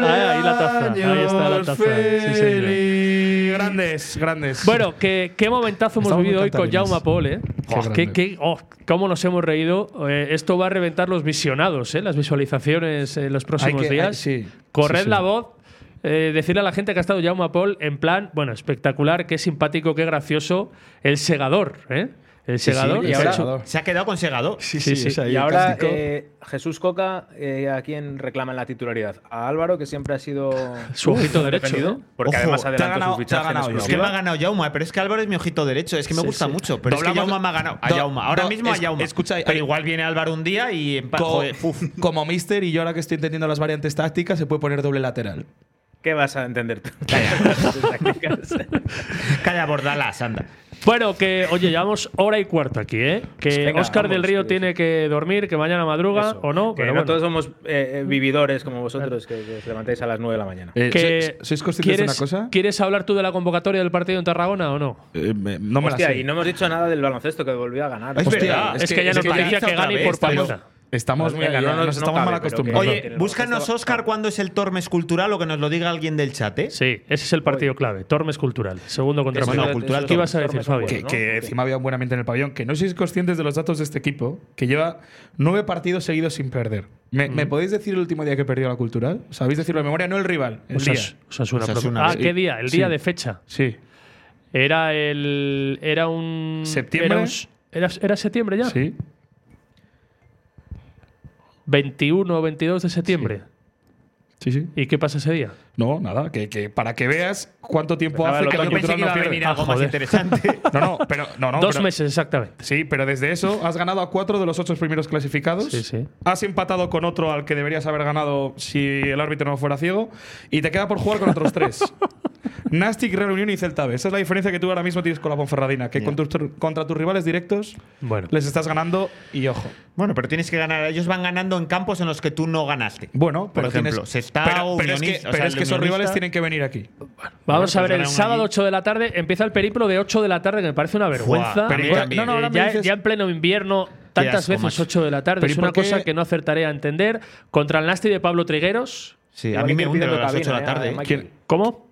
Ah, ahí la taza. Ahí está la taza. Sí, señor. Grandes, grandes. Bueno, que- qué momentazo hemos Estamos vivido muy hoy con cantarinos. Jaume Paul, ¿eh? Qué Oh, qué- grande. qué- oh, ¿Cómo nos hemos reído? Eh, esto va a reventar los visionados, ¿eh? las visualizaciones en los próximos que- días. hay- sí, Corred sí, sí. la voz, eh, decirle a la gente que ha estado Jaume Paul en plan, bueno, espectacular, qué simpático, qué gracioso. El segador, ¿eh? El Sí, sí, segador. el y ahora- segador. se ha quedado con segador. sí, sí. Y ahora eh, Jesús Coca, eh, ¿a quién reclama la titularidad? A Álvaro, que siempre ha sido Su ojito derecho, defendido, ¿eh? Porque Ojo, además te ha adelantó ganado- su te ha fichaje. en ganado exclusiva. Es que me ha ganado Yauma, pero es que Álvaro es mi ojito derecho. Es que me Sí, gusta sí. mucho. Pero es Doblamos- que Yauma me ha ganado. A Do- Yauma. Ahora do- mismo a es- Yauma. escucha, pero eh, igual viene Álvaro un día y empa- Co- joder, fu- como Mister y yo ahora que estoy entendiendo las variantes tácticas, se puede poner doble lateral. ¿Qué vas a entender tú? *laughs* Calla, bordalas, anda. Bueno, que oye, llevamos hora y cuarto aquí, ¿eh? Que Venga, Oscar vamos, del Río tiene que dormir, que mañana madruga o no, Que pero no bueno. todos somos eh, eh, vividores como vosotros, que, que os levantáis a las 9 de la mañana. Que- ¿quieres- ¿Quieres hablar tú de la convocatoria del partido en Tarragona o no? no Eh, me la Hostia, sé. y no hemos dicho nada del baloncesto que volvió a Ah, ganar. Es Hostia, verdad, es es que- que ya es nos que parecía ya que otra gane vez, por Pues estamos- paliza. estamos muy- ya nos estamos mal acostumbrados. Oye, búscanos, Oscar, cuándo es el Tormes cultural o que nos lo diga alguien del chat, ¿eh? Sí, ese es el partido clave. Tormes Cultural. Segundo contra Eso Madrid. no, Cultural ¿Qué ibas Tormes. a decir, Fabio? Que, que encima había un buen ambiente en el pabellón. Que no sois conscientes de los datos de este equipo, que lleva nueve partidos seguidos sin perder. ¿Me, me podéis decir el último día que perdió la cultural? ¿Sabéis decirlo de memoria? No el rival. El Osas- día. Osasuna, propio. Ah, ¿qué día? El día Sí. de fecha. Sí. Era el. Era un. ¿Septiembre? Era, un s- era, era septiembre ya. Sí. 21 o 22 de septiembre. Sí, sí. ¿Y qué pasa ese día? No, nada, que, que para que veas cuánto tiempo Pensaba hace el que la otoño. cultural Yo pensé que no iba a pierde. Ah, venir algo más *laughs* Joder. interesante. No, no, pero no, no, Dos pero- meses exactamente. Sí, pero desde eso has ganado a cuatro de los ocho primeros clasificados. Sí, sí. Has empatado con otro al que deberías haber ganado si el árbitro no fuera ciego. Y te queda por jugar con otros *laughs* tres. Nastic, Real Unión y Celta B. Esa es la diferencia que tú ahora mismo tienes con la Ponferradina. Que con tus- contra tus rivales directos Bueno. les estás ganando y ojo. Bueno, pero tienes que ganar. Ellos van ganando en campos en los que tú no ganaste. Bueno, por pero tienes- ejemplo, se está pero, pero es que, pero es que esos rivales tienen que venir aquí. Vamos Bueno, a ver, pues el ganaron sábado allí. 8 de la tarde empieza el periplo de 8 de la tarde, que me parece una vergüenza. pero Eh, igual- no, no, ahora eh, me ya, dices- ya en pleno invierno, Qué tantas asco, veces macho. 8 de la tarde, Pero ¿y es por una qué- cosa que no acertaré a entender. Contra el Nasti de Pablo Trigueros. Sí, Igual mí me que hunde pidiendo lo de las cabina, 8 de la eh, tarde, a ¿eh? Michael. ¿Cómo?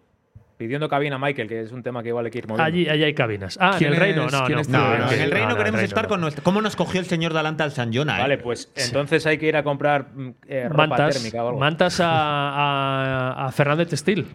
Pidiendo cabina a Michael, que es un tema que igual hay que ir moviendo. Allí, allí hay cabinas. Ah, en ¿Quién el es- reino. No, quién no, es no, Trigueros? no, En el reino no, queremos reino estar no. con nuestro. ¿Cómo nos cogió el señor Dalanta al San eh? Jona? Vale, pues entonces hay que ir a comprar mm, eh, ropa mantas, térmica o algo. mantas a, a- a Fernández Textil.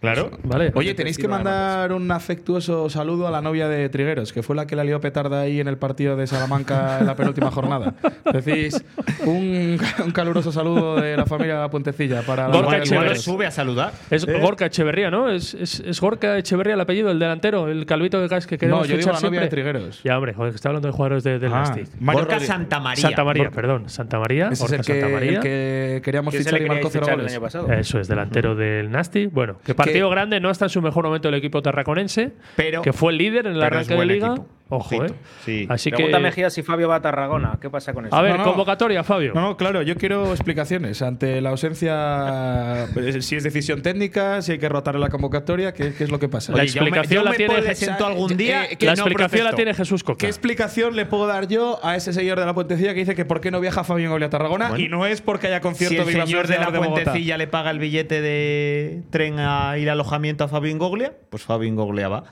Claro. Vale. Oye, tenéis que mandar un afectuoso saludo a la novia de Trigueros, que fue la que la lió petarda ahí en el partido de Salamanca en la penúltima jornada. Decís un, *laughs* un caluroso saludo de la familia Puentecilla para la novia Gorka de Echeverría. Trigueros. a saludar. Es ¿Eh? Gorka Echeverría, ¿no? Es, es- es Gorka Echeverría el apellido, el delantero, el calvito que, que queremos No, yo digo fichar la novia de siempre. Trigueros. Ya, hombre, joder, que está hablando de jugadores de- del Ah, Nastic. Mario Gorka Rodríguez. Santamaría. Santa María, Gorka. perdón. Santa María. Ese es Gorka el que- Santa María. el que queríamos Que se fichar le y marcó queríais cero fichar el goles. año pasado. Eso es, delantero del Nastic. Bueno, que partido grande, no está en su mejor momento el equipo tarraconense, Pero- que fue el líder en el pero es arranque de buen liga. equipo. Ojo, Ojito. ¿eh? Sí. Así Pregunta que- Mejía si Fabio va a Tarragona. ¿Qué pasa con eso? convocatoria, Fabio. No, no, claro, yo quiero explicaciones ante la *laughs* ausencia, eh, si es decisión técnica, si hay que rotar en la convocatoria, qué, qué es lo que pasa. La explicación la tiene eh, La explicación la tiene Jesús Coca. ¿Qué explicación le puedo dar yo a ese señor de la Puentecilla que dice que por qué no viaja Fabián Goli a Tarragona? Bueno. y no es porque haya Si concierto el señor de la Puentecilla. puentecilla le paga el billete de tren a ir alojamiento a Fabio Ingoglia, pues Fabio Ingoglia va.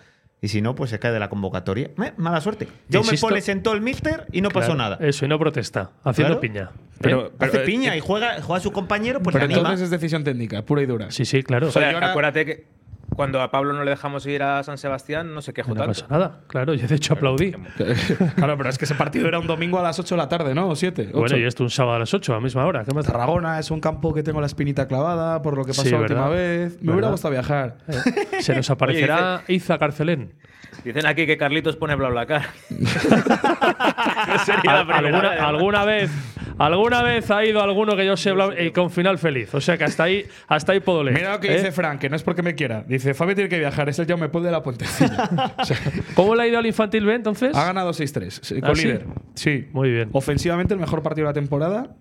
Y si no, pues se cae de la convocatoria. Eh, mala suerte. Yo me Insisto- pone sentó el míster y no pasó Claro, nada. Eso, y no protesta. Claro. Haciendo piña. ¿Eh? Pero, hace piña y juega, juega a su compañero, pues Pero le anima. entonces es decisión técnica, pura y dura. Sí, sí, claro. Joder, acuérdate que cuando a Pablo no le dejamos ir a San Sebastián, no se quejó Pues No tanto. pasa nada. Claro, yo de hecho aplaudí. *laughs* Claro, pero es que ese partido era un domingo a las 8 de la tarde, ¿no? O 7. Bueno, y esto un sábado a las 8, a la misma hora. ¿Qué más da? Tarragona es un campo que tengo la espinita clavada por lo que pasó Sí, la última ¿verdad? vez. Me hubiera ¿Verdad? Eh. gustado viajar. Se nos aparecerá *laughs* Iza Carcelén. pues- Dicen aquí que Carlitos pone bla bla car. sería la Al- primera vez. alguna, alguna vez alguna vez ha ido alguno que yo sé hablar- y con final feliz o sea que hasta ahí hasta ahí puedo leer Mira lo que ¿eh? dice Frank, que no es porque me quiera. Dice, Fabio tiene que viajar, es el Jaume Paul de la Puentecilla. *laughs* ¿Cómo le ha ido al Infantil B entonces? Ha ganado 6-3, sí, ¿Ah, con sí? líder. Sí. Muy bien. Ofensivamente, el mejor partido de la temporada.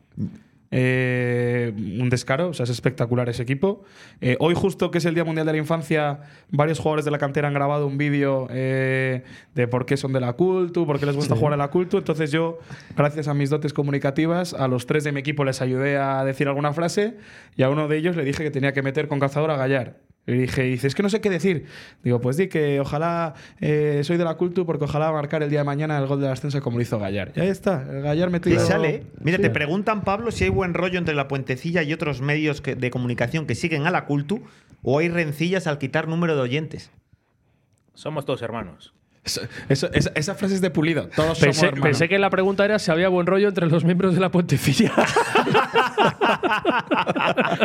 Eh, un descaro, o sea, es espectacular ese equipo. Eh, hoy, justo que es el Día Mundial de la Infancia, varios jugadores de la cantera han grabado un vídeo eh, de por qué son de la Cultu, por qué les gusta Sí. jugar a la Cultu. Entonces, yo, gracias a mis dotes comunicativas, a los tres de mi equipo les ayudé a decir alguna frase y a uno de ellos le dije que tenía que meter con cazador a Gallar. Y dije, y dice, es que no sé qué decir. Digo, pues di que ojalá eh, soy de la cultu porque ojalá marcar el día de mañana el gol del ascenso como lo hizo Gallar. Y ahí está, el Gallar metido. Te sale. ¿eh? Mira, Sí. te preguntan, Pablo, si hay buen rollo entre la puentecilla y otros medios que- de comunicación que siguen a la cultu o hay rencillas al quitar número de *laughs* oyentes. Somos todos hermanos. Eso- eso- esa, esa frase es de pulido. Todos somos pensé, hermanos. pensé que la pregunta era si había buen rollo entre los miembros de la puentecilla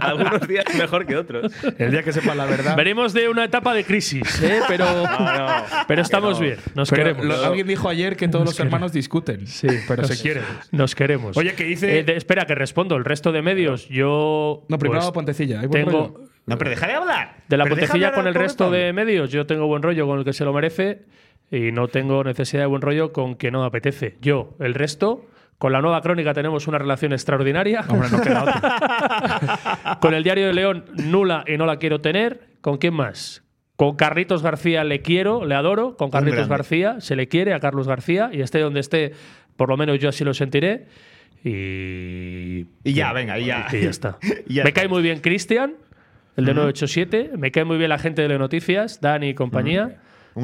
Algunos días mejor que otros. El día que sepa la verdad. *laughs* venimos de una etapa de crisis ¿eh? pero *laughs* No, no. pero estamos Que no. bien nos Pero queremos lo- alguien dijo ayer que todos los hermanos discuten, *laughs* pero se nos- quieren. nos queremos Oye, que dice- Eh, de- espera que respondo el resto de medios yo No, primero pues, la Pontecilla. ¿hay buen tengo rollo? No, pero deja de hablar. De la Pero deja puentecilla hablar con al el pobre resto Pablo. de medios. Yo tengo buen rollo con el que se lo merece y no tengo necesidad de buen rollo con que no me apetece. Yo, el resto, con la nueva crónica tenemos una relación extraordinaria. Hombre, no queda otro. *laughs* con el diario de León, nula y no la quiero tener. ¿Con quién más? Con Carlitos García le quiero, le adoro. Con Carlitos grande. García se le quiere a Carlos García y esté donde esté, por lo menos yo así lo sentiré. Y Y ya, venga, y ya. y ya está. *laughs* Y ya me está. cae muy bien Cristian, el de 987. Me cae muy bien la gente de Le Noticias, Dani y compañía.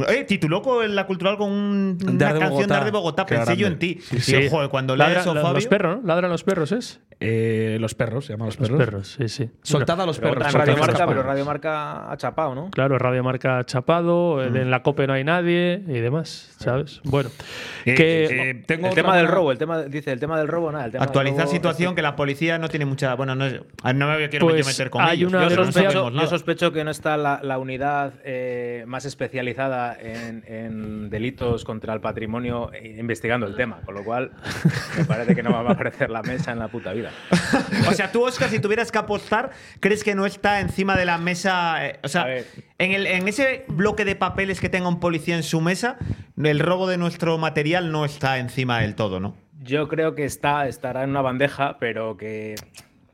Eh, tituló con la cultural con un- una Dar de canción Bogotá. Dar de Bogotá. Qué Pensé yo en grande. ti. Sí, Y, sí. joder, cuando lees Ladra- eso, los, Fabio. los perros, ¿no? Ladran los perros, ¿es? Eh, los perros, se llaman los Los perros. perros, sí, sí. Soltad a los Pero perros. otra en soltad Radio a los Marca, perros. pero Radio Marca ha chapado, ¿no? Claro, Radio Marca Chapado, en- en la COPE no hay nadie y demás, ¿sabes? Bueno, Eh, que eh, tengo El otra tema del buena- robo, el tema, dice el tema del robo, nada. El tema del Actualizar robo- situación que la policía no tiene mucha. Bueno, no, es- ah, no me quiero Pues meter con hay ellos. una Yo no denuncia- sabemos Yo nada. sospecho que no está la, la unidad eh, más especializada en, en delitos contra el patrimonio eh, investigando el tema, con lo cual me parece que no va a aparecer la mesa en la puta vida. *laughs* O sea, tú, Oscar, si tuvieras que apostar, ¿crees que no está encima de la mesa? eh, o A sea, ver. en, el, en ese bloque de papeles que tenga un policía en su mesa, el robo de nuestro material no está encima del todo, ¿no? Yo creo que está, estará en una bandeja, pero que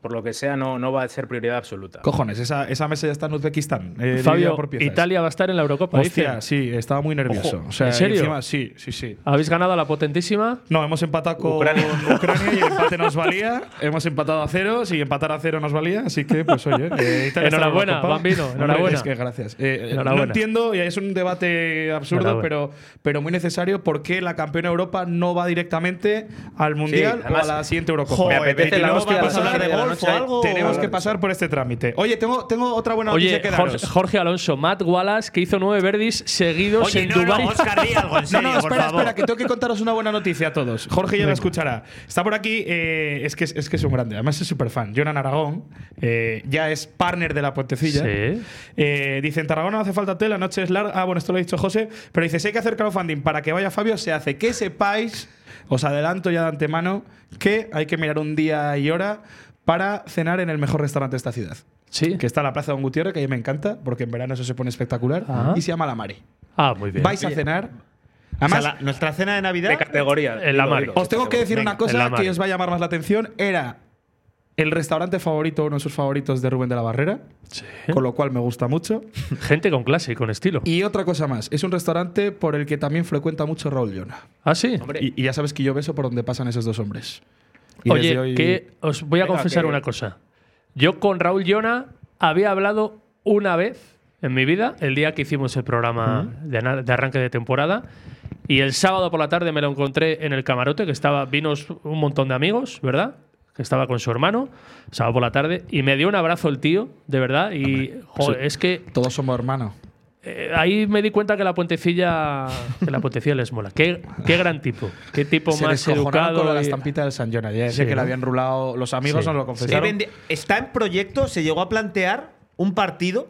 por lo que sea no, no va a ser prioridad absoluta. Cojones, esa, esa mesa ya está en Uzbekistán. eh, dividida Fabio, por piezas. Italia va a estar en la Eurocopa, Hostia, dicen. sí, estaba muy nervioso. Ojo, O sea, ¿en serio? encima, sí, sí, sí. Habéis ganado a la potentísima. No, hemos empatado con Ucrania. y el empate nos *laughs* valía. Hemos empatado a cero. Si empatar a cero nos valía, así que, pues oye. eh, Italia está Enhorabuena, en la Copa. Bambino, Hombre, enhorabuena. Es que gracias. Eh, eh, Enhorabuena. No entiendo, y es un debate absurdo, Enhorabuena. pero, pero muy necesario, por qué la campeona de Europa no va directamente al Mundial o a además, la siguiente Eurocopa. Joder, apetece pero la luego hostia, vamos a la hablar de hostia de la golf o noche. algo. Tenemos que pasar por este trámite. Oye, tengo, tengo otra buena noticia Oye, que daros. Jorge, Jorge Alonso, Matt Wallace, que hizo nueve verdis seguidos Oye, en no, Dubái. no, Oscar, di algo, en No, serio, no, por espera, favor. espera, que tengo que contaros una buena noticia a todos. Jorge ya la escuchará. Está por aquí, eh, es, que, es es que es un grande, además es súper fan. Jonan Aragón, eh, ya es partner de la puentecilla. Sí. Eh, dice, en Tarragona no hace falta hotel, la noche es larga. Ah, bueno, esto lo ha dicho José. Pero dice, si hay que hacer crowdfunding para que vaya Fabio, se hace. Que sepáis, os adelanto ya de antemano, que hay que mirar un día y hora para cenar en el mejor restaurante de esta ciudad. Sí. Que está en la Plaza de Don Gutiérrez, que a mí me encanta, porque en verano eso se pone espectacular. Ajá. Y se llama La Mare. Ah, muy bien. Vais a cenar o sea, la- nuestra cena de Navidad. eh, De categoría. En la digo, Mari. digo. Os tengo que decir Venga, una en la cosa Mari. que os va a llamar más la atención. Era el restaurante favorito, uno de sus favoritos de Rubén de la Barrera. ¿Eh? Con lo cual me gusta mucho. Gente con clase y con estilo. Y otra cosa más, es un restaurante por el que también frecuenta mucho Raúl Llona. ¿Ah, sí? Y, y ya sabes que yo beso por donde pasan esos dos hombres. Y Oye, desde hoy- que os voy a Venga, confesar que- una cosa. Yo con Raúl Llona había hablado una vez en mi vida, el día que hicimos el programa de, ana- de arranque de temporada. Y el sábado por la tarde me lo encontré en el camarote, que estaba, vino un montón de amigos, ¿verdad? Que estaba con su hermano, sábado por la tarde, y me dio un abrazo el tío, de verdad. Y joder, Sí. es que Todos somos hermanos. eh, ahí me di cuenta que la puentecilla, que la puentecilla les mola. Qué, qué gran tipo, qué tipo Se más descojonaron educado. con lo de la y- estampita del San Jonas. Ya decía Sí, que ¿no? la habían rulado. Los amigos Sí. nos lo Eh, confesaron. vendi- Está en proyecto, se llegó a plantear un partido.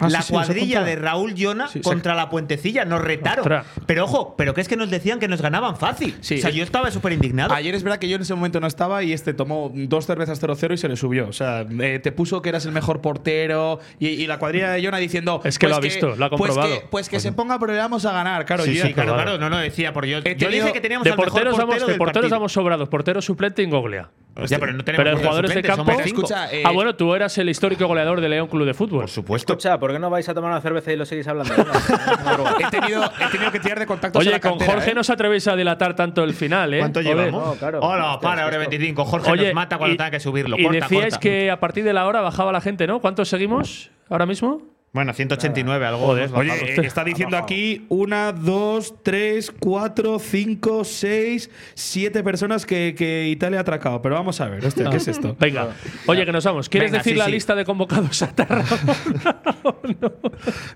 Ah, la sí, sí, nos ha cuadrilla contado. de Raúl Llona Sí, se- contra la puentecilla, nos retaron. Ostras. Pero ojo, pero que es que nos decían que nos ganaban fácil. O sea, yo estaba súper indignado. Ayer es verdad que yo en ese momento no estaba y este tomó dos cervezas 0-0 y se le subió. O sea, eh, te puso que eras el mejor portero y, y la cuadrilla de Jonah diciendo. Es que lo ha visto, lo pues ha que- Pues comprobado". que, se ponga, pero le vamos a ganar. Claro, Sí, yo sí, ya- claro, claro, no, no, decía, porque yo, yo dije que teníamos de al mejor porteros portero vamos, de del porteros partido. vamos sobrados, portero suplente Ingoglia. Ya, pero no tenemos los portero jugadores de suplente, campo. somos cinco. Escucha, eh, ah, bueno, tú eras el histórico goleador de León Club de Fútbol. Por supuesto. Escucha, ¿por qué no vais a tomar una cerveza y lo seguís hablando? Venga, he, tenido, he tenido *laughs* que tirar de contactos a Oye, la con cantera, Jorge ¿eh? no os atrevéis a dilatar tanto el final, ¿eh? ¿Cuánto Joder. llevamos? Hola, para, ahora 25. Jorge nos mata cuando y- tenga que subirlo. Y Corta, decíais corta. que a partir de la hora bajaba la gente, ¿no? ¿Cuántos seguimos ahora mismo? Bueno, 189, algo. Joder, hemos Oye, bajado. eh, está diciendo aquí una, dos, tres, cuatro, cinco, seis, siete personas que, que Italia ha atracado. Pero vamos a ver, hostia, ¿qué es esto? Venga. Oye, que nos vamos. ¿Quieres Venga, decir sí, la sí. lista de convocados a Tarra?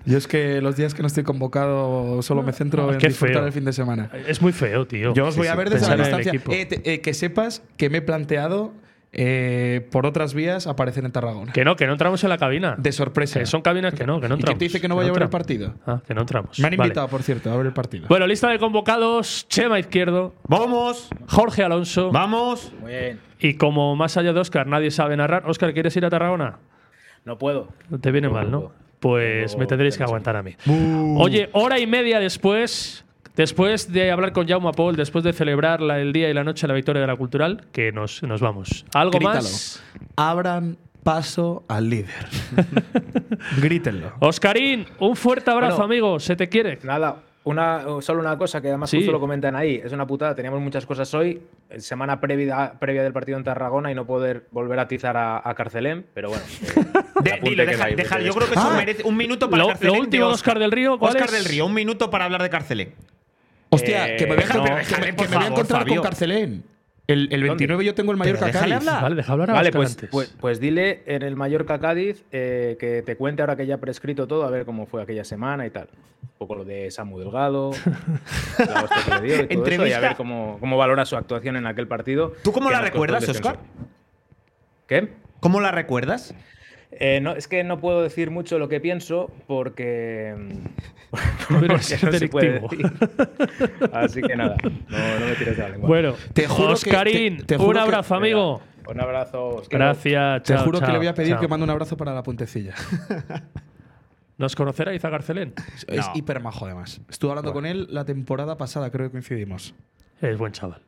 Yo es que los días que no estoy convocado solo me centro en Qué disfrutar feo. el fin de semana. Es muy feo, tío. Yo os Sí, voy a sí. ver desde la Pensar en el distancia. equipo. Eh, te- eh, que sepas que me he planteado eh, por otras vías aparecer en Tarragona. Que no, que no entramos en la cabina. De sorpresa. Que son cabinas que no, que no ¿Y entramos. quién te dice que no va a llover el partido? Ah, que no entramos. Me han Vale. invitado, por cierto, a ver el partido. Bueno, lista de convocados: Chema Izquierdo. Vamos. Jorge Alonso. Vamos. Muy bien. Y como más allá de Oscar nadie sabe narrar, Oscar, ¿quieres ir a Tarragona? No puedo. Te viene mal, ¿no? Pues me tendréis que aguantar a mí. Uh. Oye, hora y media después, después de hablar con Jaume Paul, después de celebrar la- el día y la noche de la victoria de la cultural, que nos, nos vamos. ¿Algo más? Abran paso al líder. Grítenlo. Oscarín, un fuerte abrazo, Bueno. amigo. Se te quiere. Nada, una, solo una cosa que además Sí. justo lo comentan ahí. Es una putada, teníamos muchas cosas hoy. eh, Semana previa, previa del partido en Tarragona y no poder volver a atizar a, a Carcelén, pero bueno. De- apunte dilo, que deja- hay, deja- que yo creo que hay. eso merece un minuto para Lo- lo Carcelén. último de Óscar del Río, ¿cuál Óscar es? del Río, un minuto para hablar de Carcelén. Hostia, que me voy a, Eh, no, que me- que me Carcelén, por voy a favor, encontrar Fabio. con Carcelén. El, el 29 yo tengo el mayor Pero déjale hablar. Vale, deja hablar a Vale, Óscar pues, antes. pues, pues dile en el Mallorca Cádiz eh, que te cuente ahora que ya ha prescrito todo, a ver cómo fue aquella semana y tal. Un poco lo de Samu Delgado, la hostia *laughs* que le dio y todo eso, y Entrevista. a ver cómo, cómo valora su actuación en aquel partido. ¿Tú cómo que la nos costó recuerdas, el descenso. Óscar? ¿Qué? ¿Cómo la recuerdas? Eh, no, es que no puedo decir mucho lo que pienso porque. Pero *laughs* porque es no se puede delictivo. decir. *laughs* Así que nada, no, no me tires de la lengua. Bueno, Te juro que- Oscarín, te- te un juro que- abrazo, amigo. Venga, Un abrazo. Óscar. Gracias, Te chao, juro que chao, le voy a pedir chao. que mande un abrazo para la puentecilla. ¿Nos conocerá Iza Carcelén? Es hiper majo, además. Estuve hablando con él la temporada pasada, creo que coincidimos. Es buen chaval.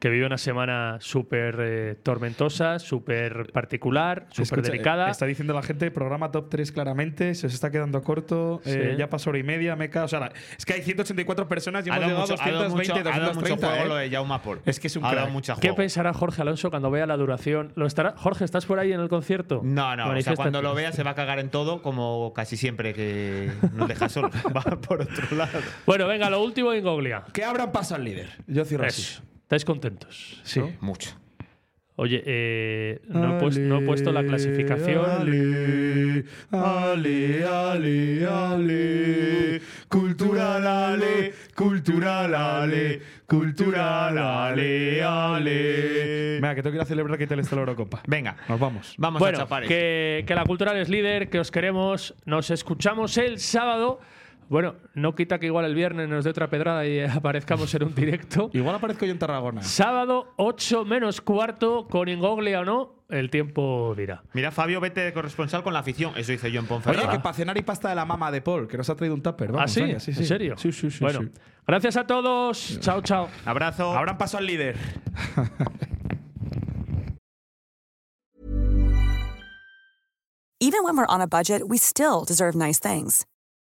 Que vive una semana súper eh, tormentosa, súper particular, súper Escucha, delicada. eh, Está diciendo la gente, programa top 3 claramente, se os está quedando corto, eh, Sí. ya pasó hora y media, meca. O sea, la- es que hay 184 personas y Ha hemos dado llegado mucho- a ha dado 220, mucho- ha dado mucho 230, juego ¿eh? lo de Jaume Paul. Es que es un Ha dado crack. mucha ¿Qué juego. pensará Jorge Alonso cuando vea la duración? ¿Lo estará? Jorge, ¿estás por ahí en el concierto? No, no, o sea, Manifiéstate. cuando lo vea se va a cagar en todo, como casi siempre que nos deja *laughs* solo. Va por otro lado. Bueno, venga, lo último en Goglia. Que abran paso al líder. Yo cierro así. Eso. ¿Estáis contentos? Sí. Mucho. Oye, eh, no, he puest- no he puesto la clasificación. Ale, ale, ale, ale. Cultural ale, cultural ale, cultural ale, ale. Venga, que tengo que ir a celebrar que te está la Eurocopa. Venga, Nos vamos. vamos a bueno, chapar esto. que, que la cultural es líder, que os queremos. Nos escuchamos el sábado. Bueno, no quita que igual el viernes nos dé otra pedrada y *laughs* eh, aparezcamos en un directo. Igual aparezco yo en Tarragona. Sábado, 8 menos cuarto, con Ingoglia o no, el tiempo dirá. Mira, Fabio, vete de corresponsal con la afición. Eso hice yo en Oye, Ponferrada. que para cenar y pasta de la mama de Paul, que nos ha traído un tupper. Vamos, ¿Ah, sí? venga, sí, ¿En sí. serio? Sí, sí, sí. Bueno, sí. gracias a todos. Chao, chao. Abrazo. Abran paso al líder. Even when we're on a budget, we still deserve nice things.